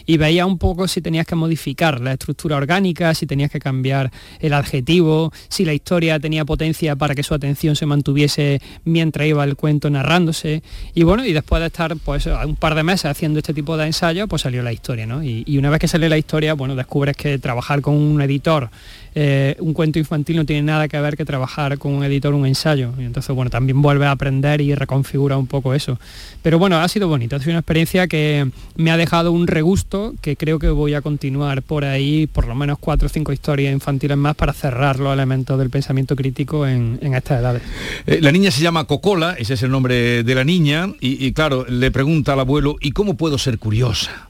Speaker 8: y veía un poco si tenías que modificar la estructura orgánica, si tenías que cambiar el adjetivo, si la historia tenía potencia para que su atención se mantuviese mientras iba el cuento narrándose. Y bueno, y después de estar pues un par de meses haciendo este tipo de ensayos, pues salió la historia, ¿no? Y, y una vez que sale la historia, bueno, descubres que trabajar con un editor eh, un cuento infantil no tiene nada que ver que trabajar con un editor un ensayo. Y entonces, bueno, también vuelve a aprender y reconfigura un poco eso. Pero bueno, ha sido bonito, ha sido una experiencia que me ha dejado un regusto que creo que voy a continuar por ahí, por lo menos cuatro o cinco historias infantiles más para cerrar los elementos del pensamiento crítico en, en estas edades.
Speaker 2: Eh, la niña se llama Cocola, ese es el nombre de la niña, y, y, claro, le pregunta al abuelo, ¿y cómo puedo ser curiosa?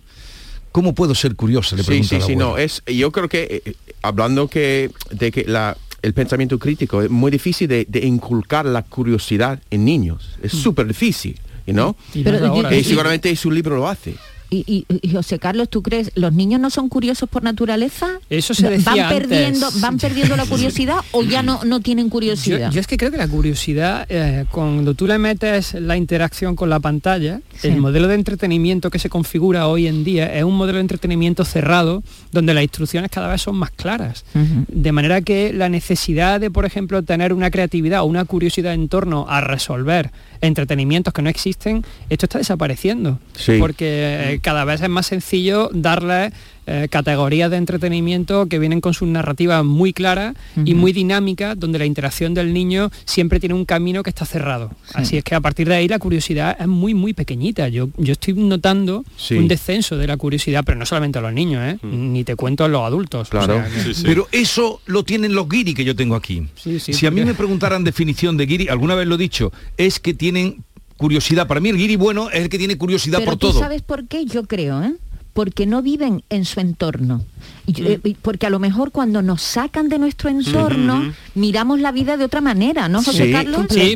Speaker 2: ¿Cómo puedo ser curiosa? Le
Speaker 3: Sí,
Speaker 2: pregunta
Speaker 3: sí,
Speaker 2: al
Speaker 3: sí,
Speaker 2: abuelo.
Speaker 3: no, es, yo creo que eh, eh, hablando que de que la, el pensamiento crítico es muy difícil de, de inculcar la curiosidad en niños, es súper difícil, you know?
Speaker 7: Y Mm. Pero más yo- ahora,
Speaker 3: Eh,
Speaker 7: ¿eh?
Speaker 3: seguramente su libro lo hace.
Speaker 7: Y, y- y, José Carlos, ¿tú crees los niños no son curiosos por naturaleza?
Speaker 8: Eso se decía
Speaker 7: van
Speaker 8: antes.
Speaker 7: perdiendo, van perdiendo la curiosidad o ya no, no tienen
Speaker 8: Yo,
Speaker 7: curiosidad.
Speaker 8: yo es que creo que la curiosidad, eh, cuando tú le metes la interacción con la pantalla,
Speaker 7: Sí.
Speaker 8: el modelo de entretenimiento que se configura hoy en día es un modelo de entretenimiento cerrado, donde las instrucciones cada vez son más claras. De manera que la necesidad de, por ejemplo, tener una creatividad o una curiosidad en torno a resolver entretenimientos que no existen, esto está desapareciendo.
Speaker 6: Sí.
Speaker 8: Porque eh, cada vez es más sencillo darle eh, categorías de entretenimiento que vienen con sus narrativas muy claras y
Speaker 6: Ujú.
Speaker 8: muy dinámicas, donde la interacción del niño siempre tiene un camino que está cerrado. Así es que a partir de ahí la curiosidad es muy, muy pequeñita. Yo, yo estoy notando
Speaker 2: Sí.
Speaker 8: un descenso de la curiosidad, pero no solamente a los niños, ¿eh? ni te cuento a los adultos. O
Speaker 2: Claro.
Speaker 8: sea, que-
Speaker 2: Pero eso lo tienen los guiri que yo tengo aquí.
Speaker 8: Sí, sí,
Speaker 2: si a mí
Speaker 8: porque-
Speaker 2: me preguntaran definición de guiri, alguna vez lo he dicho, es que tienen curiosidad. Para mí el guiri bueno es el que tiene curiosidad
Speaker 7: Pero
Speaker 2: por
Speaker 7: tú
Speaker 2: todo.
Speaker 7: sabes por qué, yo creo, ¿eh? Porque no viven en su entorno. Y
Speaker 2: Mm.
Speaker 7: yo- eh, y Porque a lo mejor cuando nos sacan de nuestro entorno,
Speaker 8: Ujú.
Speaker 7: miramos la vida de otra manera, ¿no, José Carlos?
Speaker 8: Claro,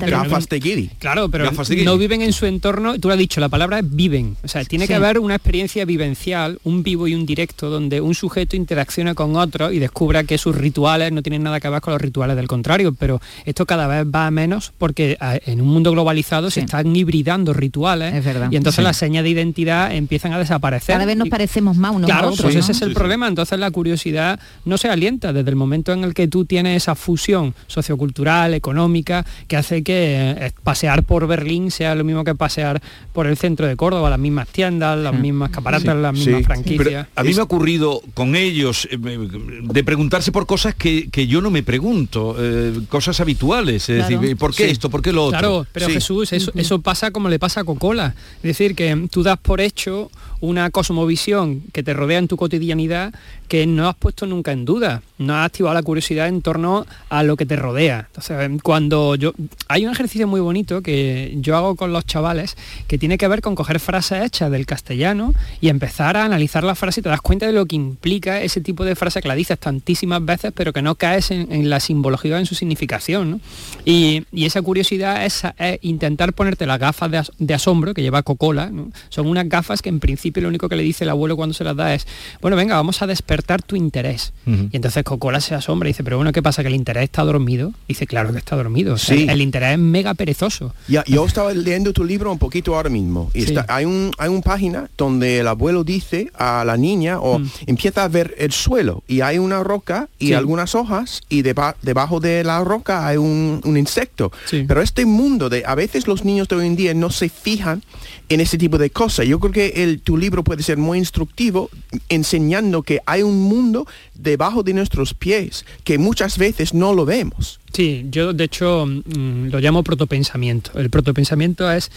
Speaker 8: pero
Speaker 3: Gafas de guiri.
Speaker 8: no viven en su entorno, tú lo has dicho, la palabra es viven. O sea, tiene que
Speaker 3: Sí.
Speaker 8: haber una experiencia vivencial, un vivo y un directo, donde un sujeto interacciona con otro y descubra que sus rituales no tienen nada que ver con los rituales del contrario, pero esto cada vez va a menos porque a- en un mundo globalizado se están hibridando rituales y entonces
Speaker 7: Sí.
Speaker 8: las señas de identidad empiezan a desaparecer.
Speaker 7: Cada vez nos
Speaker 8: Y-
Speaker 7: parecemos más unos
Speaker 8: claro,
Speaker 7: a otros.
Speaker 8: pues
Speaker 7: ¿no?
Speaker 8: ese es el problema. Entonces la curiosidad no se alienta desde el momento en el que tú tienes esa fusión sociocultural, económica, que hace que eh, pasear por Berlín sea lo mismo que pasear por el centro de Córdoba, las mismas tiendas, las mismas caparatas, las
Speaker 2: Mm.
Speaker 8: mismas
Speaker 2: Sí. Pero
Speaker 8: franquicias.
Speaker 2: a mí me ha ocurrido con ellos eh, me- de preguntarse por cosas que, que yo no me pregunto, eh, cosas habituales, es
Speaker 8: Claro.
Speaker 2: decir, ¿por qué
Speaker 8: Sí.
Speaker 2: esto? ¿Por qué lo otro?
Speaker 8: Claro, pero
Speaker 2: Sí.
Speaker 8: Jesús, eso, eso pasa como le pasa a Coca-Cola. Es decir, que tú das por hecho una cosmovisión que te rodea en tu cotidianidad que no has puesto nunca en duda, no has activado la curiosidad en torno a lo que te rodea. Entonces, cuando yo... Hay un ejercicio muy bonito que yo hago con los chavales que tiene que ver con coger frases hechas del castellano y empezar a analizar la frase y te das cuenta de lo que implica ese tipo de frase que la dices tantísimas veces pero que no caes en, en la simbología, en su significación. ¿no? Y, y, esa curiosidad es, es, intentar ponerte las gafas de, as, de asombro que lleva Coca-Cola. ¿no? Son unas gafas que en principio lo único que le dice el abuelo cuando se las da es, bueno, venga, vamos a despertar tu interés. Uh -huh. Y entonces Coca-Cola se asombra y dice, pero bueno, ¿qué pasa? ¿Que el interés está dormido? Y dice, claro que está dormido. O sea,
Speaker 3: Sí.
Speaker 8: el, el interés es mega perezoso.
Speaker 3: Ya, yo estaba leyendo tu libro un poquito ahora mismo. Y
Speaker 8: Sí.
Speaker 3: está- hay un hay una página donde el abuelo dice a la niña o empieza a ver el suelo y hay una roca y
Speaker 6: Sí.
Speaker 3: algunas hojas y deba- debajo de la roca hay un, un insecto. Pero este mundo de a veces los niños de hoy en día no se fijan en ese tipo de cosas. Yo creo que el, tu libro puede ser muy instructivo enseñando que hay un mundo debajo de nuestros pies que muchas veces no lo vemos.
Speaker 8: Sí, yo de hecho mm, lo llamo protopensamiento. El protopensamiento es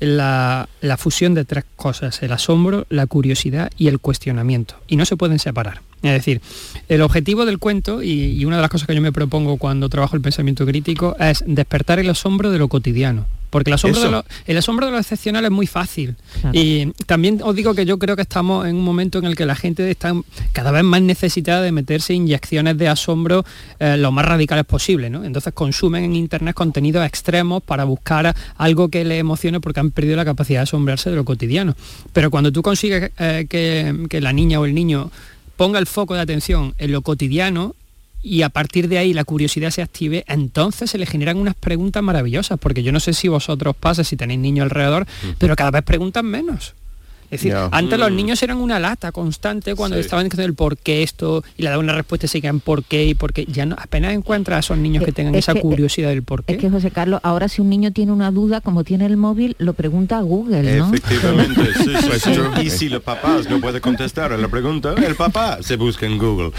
Speaker 8: la, la fusión de tres cosas, el asombro, la curiosidad y el cuestionamiento. Y no se pueden separar. Es decir, el objetivo del cuento y, y una de las cosas que yo me propongo cuando trabajo el pensamiento crítico es despertar el asombro de lo cotidiano. Porque el asombro,
Speaker 3: Eso.
Speaker 8: de lo, el asombro de lo excepcional es muy fácil. Y también os digo que yo creo que estamos en un momento en el que la gente está cada vez más necesitada de meterse inyecciones de asombro eh, lo más radicales posible, ¿no? Entonces consumen en internet contenidos extremos para buscar algo que les emocione porque han perdido la capacidad de asombrarse de lo cotidiano. Pero cuando tú consigues eh, que, que la niña o el niño ponga el foco de atención en lo cotidiano, y a partir de ahí la curiosidad se active, entonces se le generan unas preguntas maravillosas, porque yo no sé si vosotros pasa, si tenéis niños alrededor, pero cada vez preguntan menos. Es decir,
Speaker 14: Ya.
Speaker 8: antes los
Speaker 14: Mm.
Speaker 8: niños eran una lata constante cuando
Speaker 14: Sí.
Speaker 8: estaban diciendo el por qué esto y le daban una respuesta y seguían por qué y por qué. Ya no, apenas encuentras a esos niños que
Speaker 7: Es-
Speaker 8: tengan
Speaker 7: Eh, es
Speaker 8: esa
Speaker 7: que-
Speaker 8: curiosidad del por qué.
Speaker 7: Es que José Carlos, ahora si un niño tiene una duda, como tiene el móvil, lo pregunta a Google, ¿no?
Speaker 4: Efectivamente, sí, sí,
Speaker 14: Pues
Speaker 4: sí.
Speaker 14: true.
Speaker 4: Y si los papás no pueden contestar a la pregunta, el papá se busca en Google.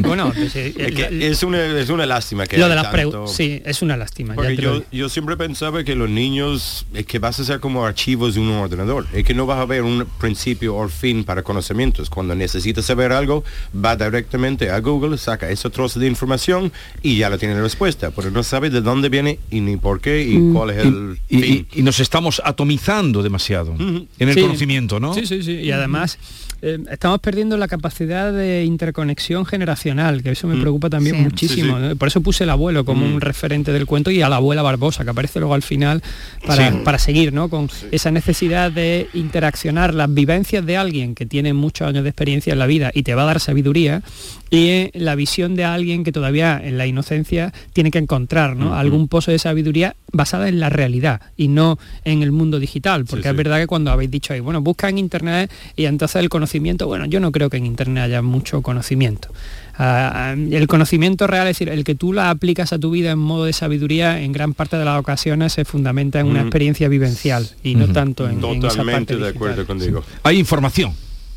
Speaker 8: bueno, pues, eh,
Speaker 4: es, que es una, es una lástima que
Speaker 8: Lo
Speaker 4: haya
Speaker 8: de las
Speaker 4: tanto-
Speaker 8: preguntas, sí, es una lástima. ya
Speaker 4: Porque
Speaker 8: te lo
Speaker 4: yo,
Speaker 8: digo.
Speaker 4: yo siempre pensaba que los niños, es que vas a ser como archivos de un ordenador, es que no vas a ver un principio o fin para conocimientos. Cuando necesitas saber algo, va directamente a Google, saca ese trozo de información y ya lo tiene la respuesta, pero no sabe de dónde viene y ni por qué y cuál es el...
Speaker 2: Mm. Y, y- y nos estamos atomizando demasiado en el
Speaker 8: Sí.
Speaker 2: conocimiento, ¿no?
Speaker 8: Sí, sí, sí. Y además eh, estamos perdiendo la capacidad de interconexión generacional, que eso me preocupa también
Speaker 14: Sí.
Speaker 8: muchísimo.
Speaker 14: Sí, sí.
Speaker 8: ¿no? Por eso puse el abuelo como
Speaker 14: Mm.
Speaker 8: un referente del cuento y a la abuela Barbosa, que aparece luego al final para,
Speaker 14: Sí.
Speaker 8: para seguir, ¿no? Con esa necesidad de interaccionar las vivencias de alguien que tiene muchos años de experiencia en la vida y te va a dar sabiduría y eh, la visión de alguien que todavía en la inocencia tiene que encontrar ¿no? algún pozo de sabiduría basada en la realidad y no en el mundo digital, porque es verdad que cuando habéis dicho ahí, bueno, busca en internet y entonces el conocimiento, bueno, yo no creo que en internet haya mucho conocimiento. Ah, el conocimiento real, es decir, el que tú la aplicas a tu vida en modo de sabiduría, en gran parte de las ocasiones se fundamenta en una
Speaker 4: Mm.
Speaker 8: experiencia vivencial y no
Speaker 2: Ujú.
Speaker 8: tanto en, en esa parte
Speaker 4: Totalmente de
Speaker 8: digital.
Speaker 4: acuerdo contigo.
Speaker 2: Hay información,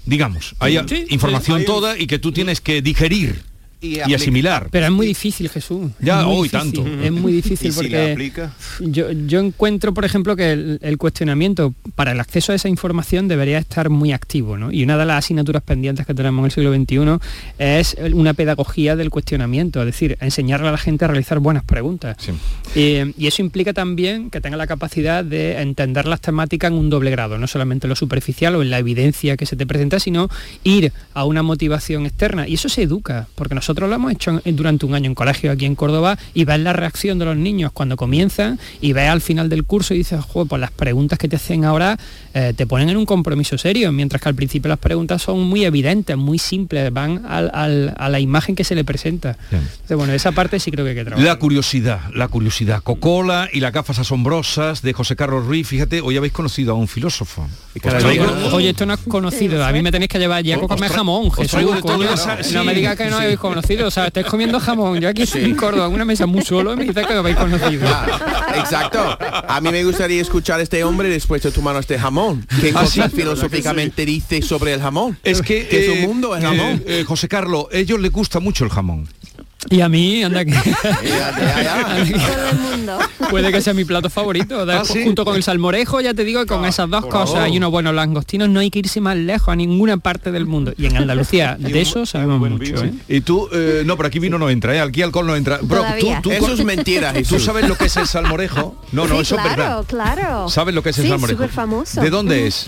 Speaker 2: digamos. Hay
Speaker 8: Sí,
Speaker 2: información
Speaker 8: sí, hay-
Speaker 2: toda y que tú tienes que digerir y,
Speaker 8: aplica-
Speaker 2: asimilar.
Speaker 8: Pero es muy difícil, Jesús.
Speaker 2: Ya,
Speaker 8: es muy
Speaker 2: hoy
Speaker 8: difícil,
Speaker 2: tanto.
Speaker 8: Es muy
Speaker 4: ¿Y
Speaker 8: difícil
Speaker 4: si
Speaker 8: porque
Speaker 4: la aplica?
Speaker 8: yo, yo encuentro, por ejemplo, que el, el cuestionamiento para el acceso a esa información debería estar muy activo, ¿no? Y una de las asignaturas pendientes que tenemos en el siglo XXI es el- una pedagogía del cuestionamiento, es decir, enseñarle a la gente a realizar buenas preguntas. Eh, y eso implica también que tenga la capacidad de entender las temáticas en un doble grado, no solamente lo superficial o en la evidencia que se te presenta, sino ir a una motivación externa. Y eso se educa, porque nosotros lo hemos hecho en- durante un año en colegio aquí en Córdoba y ves la reacción de los niños cuando comienzan y ves al final del curso y dices, "Jo, pues las preguntas que te hacen ahora eh, te ponen en un compromiso serio, mientras que al principio las preguntas son muy evidentes, muy simples, van al- al- a la imagen que se le presenta. Entonces, bueno, esa parte sí creo que hay que trabajar.
Speaker 2: La curiosidad, la curiosidad. Cocola y las gafas asombrosas de José Carlos Ruiz. Fíjate, hoy habéis conocido a un filósofo. Os
Speaker 8: Os
Speaker 2: traigo-
Speaker 8: traigo- Oye, esto no es conocido. A mí me tenéis que llevar ya a comerme jamón,
Speaker 2: os traigo
Speaker 8: Jesús,
Speaker 2: de todo
Speaker 8: coño.
Speaker 2: esa-
Speaker 8: No
Speaker 2: sí,
Speaker 8: me digas que no
Speaker 2: sí.
Speaker 8: habéis conocido. O sea, estáis comiendo jamón. Yo aquí estoy en Córdoba, en una mesa muy solo, y me dices que lo habéis conocido.
Speaker 3: Exacto. A mí me gustaría escuchar a este hombre después de tomar este jamón. ¿Qué
Speaker 2: Ah, sí,
Speaker 3: cosas
Speaker 2: ¿verdad que
Speaker 3: filosóficamente dice sobre el jamón?
Speaker 2: Es que,
Speaker 3: es
Speaker 2: eh,
Speaker 3: un mundo el
Speaker 2: eh,
Speaker 3: jamón.
Speaker 2: eh, José Carlos, a ellos les gusta mucho el jamón.
Speaker 8: Y a mí, anda que... anda que- Puede que sea mi plato favorito. de-
Speaker 2: Ah, ¿sí? Ah,
Speaker 8: Junto con el salmorejo, ya te digo, con esas dos
Speaker 2: por
Speaker 8: cosas
Speaker 2: favor.
Speaker 8: y unos buenos langostinos, no hay que irse más lejos a ninguna parte del mundo. Y en Andalucía, de eso sabemos mucho. ¿eh?
Speaker 2: Y tú, eh, no, pero aquí vino no entra, ¿eh? aquí alcohol no entra. Bro, tú,
Speaker 8: Todavía.
Speaker 2: tú-
Speaker 8: Eso es mentira,
Speaker 2: ¿Tú
Speaker 8: Jesús.
Speaker 2: sabes lo que es el salmorejo? No, no,
Speaker 6: Sí,
Speaker 2: eso es
Speaker 6: claro,
Speaker 2: verdad.
Speaker 6: claro.
Speaker 2: ¿Sabes lo que es el
Speaker 6: sí,
Speaker 2: salmorejo?
Speaker 6: súper famoso.
Speaker 2: ¿De dónde es?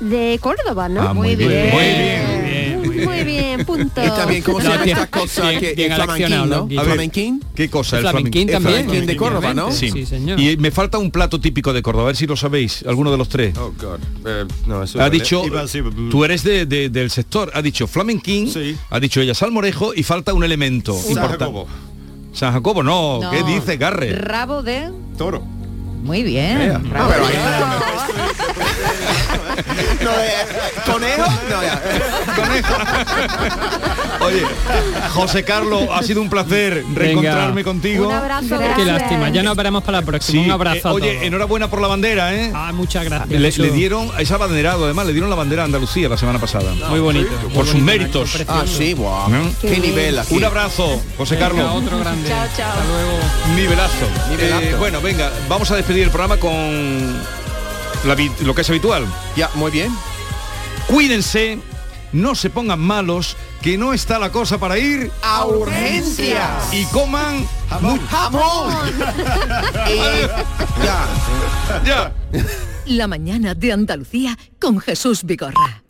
Speaker 6: De Córdoba, ¿no?
Speaker 2: Ah, muy bien. Muy bien.
Speaker 6: Muy bien, punto.
Speaker 3: Está bien, ¿cómo se llama esta cosa?
Speaker 2: bien-
Speaker 3: que,
Speaker 2: bien
Speaker 3: el flamenquín,
Speaker 2: accionado,
Speaker 3: ¿no?
Speaker 2: Loki. A ver, ¿Qué cosa?
Speaker 3: El flamenquín
Speaker 2: flamenco?
Speaker 3: también. El flamenquín de Córdoba, ¿no?
Speaker 2: Sí.
Speaker 3: Sí, señor.
Speaker 2: Y me falta un plato típico de Córdoba, a ver si lo sabéis, alguno de los tres.
Speaker 4: Oh, God. Eh, no, eso
Speaker 2: Ha
Speaker 4: vale.
Speaker 2: dicho,
Speaker 4: Iba a decir, mm,
Speaker 2: tú eres de- de- del sector, ha dicho flamenquín, ha dicho ella salmorejo y falta un elemento
Speaker 6: San
Speaker 2: importante.
Speaker 4: Jacobo.
Speaker 2: San Jacobo, no,
Speaker 6: No.
Speaker 2: ¿qué dice Garre?
Speaker 6: Rabo de...
Speaker 4: Toro.
Speaker 7: Muy bien.
Speaker 3: ¿Conejo? eh, No, ya.
Speaker 2: Oye, José Carlos, ha sido un placer reencontrarme contigo.
Speaker 8: Un abrazo, Qué lástima, ya nos veremos para la próxima.
Speaker 2: Sí,
Speaker 8: un abrazo.
Speaker 2: eh,
Speaker 8: a
Speaker 2: oye,
Speaker 8: todos.
Speaker 2: enhorabuena por la bandera, ¿eh?
Speaker 8: Ah, muchas gracias.
Speaker 2: Le,
Speaker 8: Jesús.
Speaker 2: le dieron, es abanderado además, le dieron la bandera a Andalucía la semana pasada.
Speaker 8: Muy bonito.
Speaker 2: Por
Speaker 8: muy
Speaker 2: sus
Speaker 8: bonito,
Speaker 2: méritos.
Speaker 8: Nacho,
Speaker 3: Ah,
Speaker 8: precioso.
Speaker 2: ¿No?
Speaker 8: Qué Qué nivel bien. aquí.
Speaker 2: Un abrazo, José
Speaker 8: Venga,
Speaker 2: Carlos.
Speaker 8: otro grande. Chao, chao. Hasta luego.
Speaker 2: Nivelazo.
Speaker 8: Nivelazo.
Speaker 2: Eh, bueno, venga, vamos a despedir el programa con la vi- lo que es habitual.
Speaker 3: Ya, muy bien.
Speaker 2: Cuídense, no se pongan malos, que no está la cosa para ir
Speaker 3: A urgencias.
Speaker 2: y coman mu-
Speaker 3: jamón.
Speaker 2: ya.
Speaker 26: La mañana de Andalucía con Jesús Vigorra.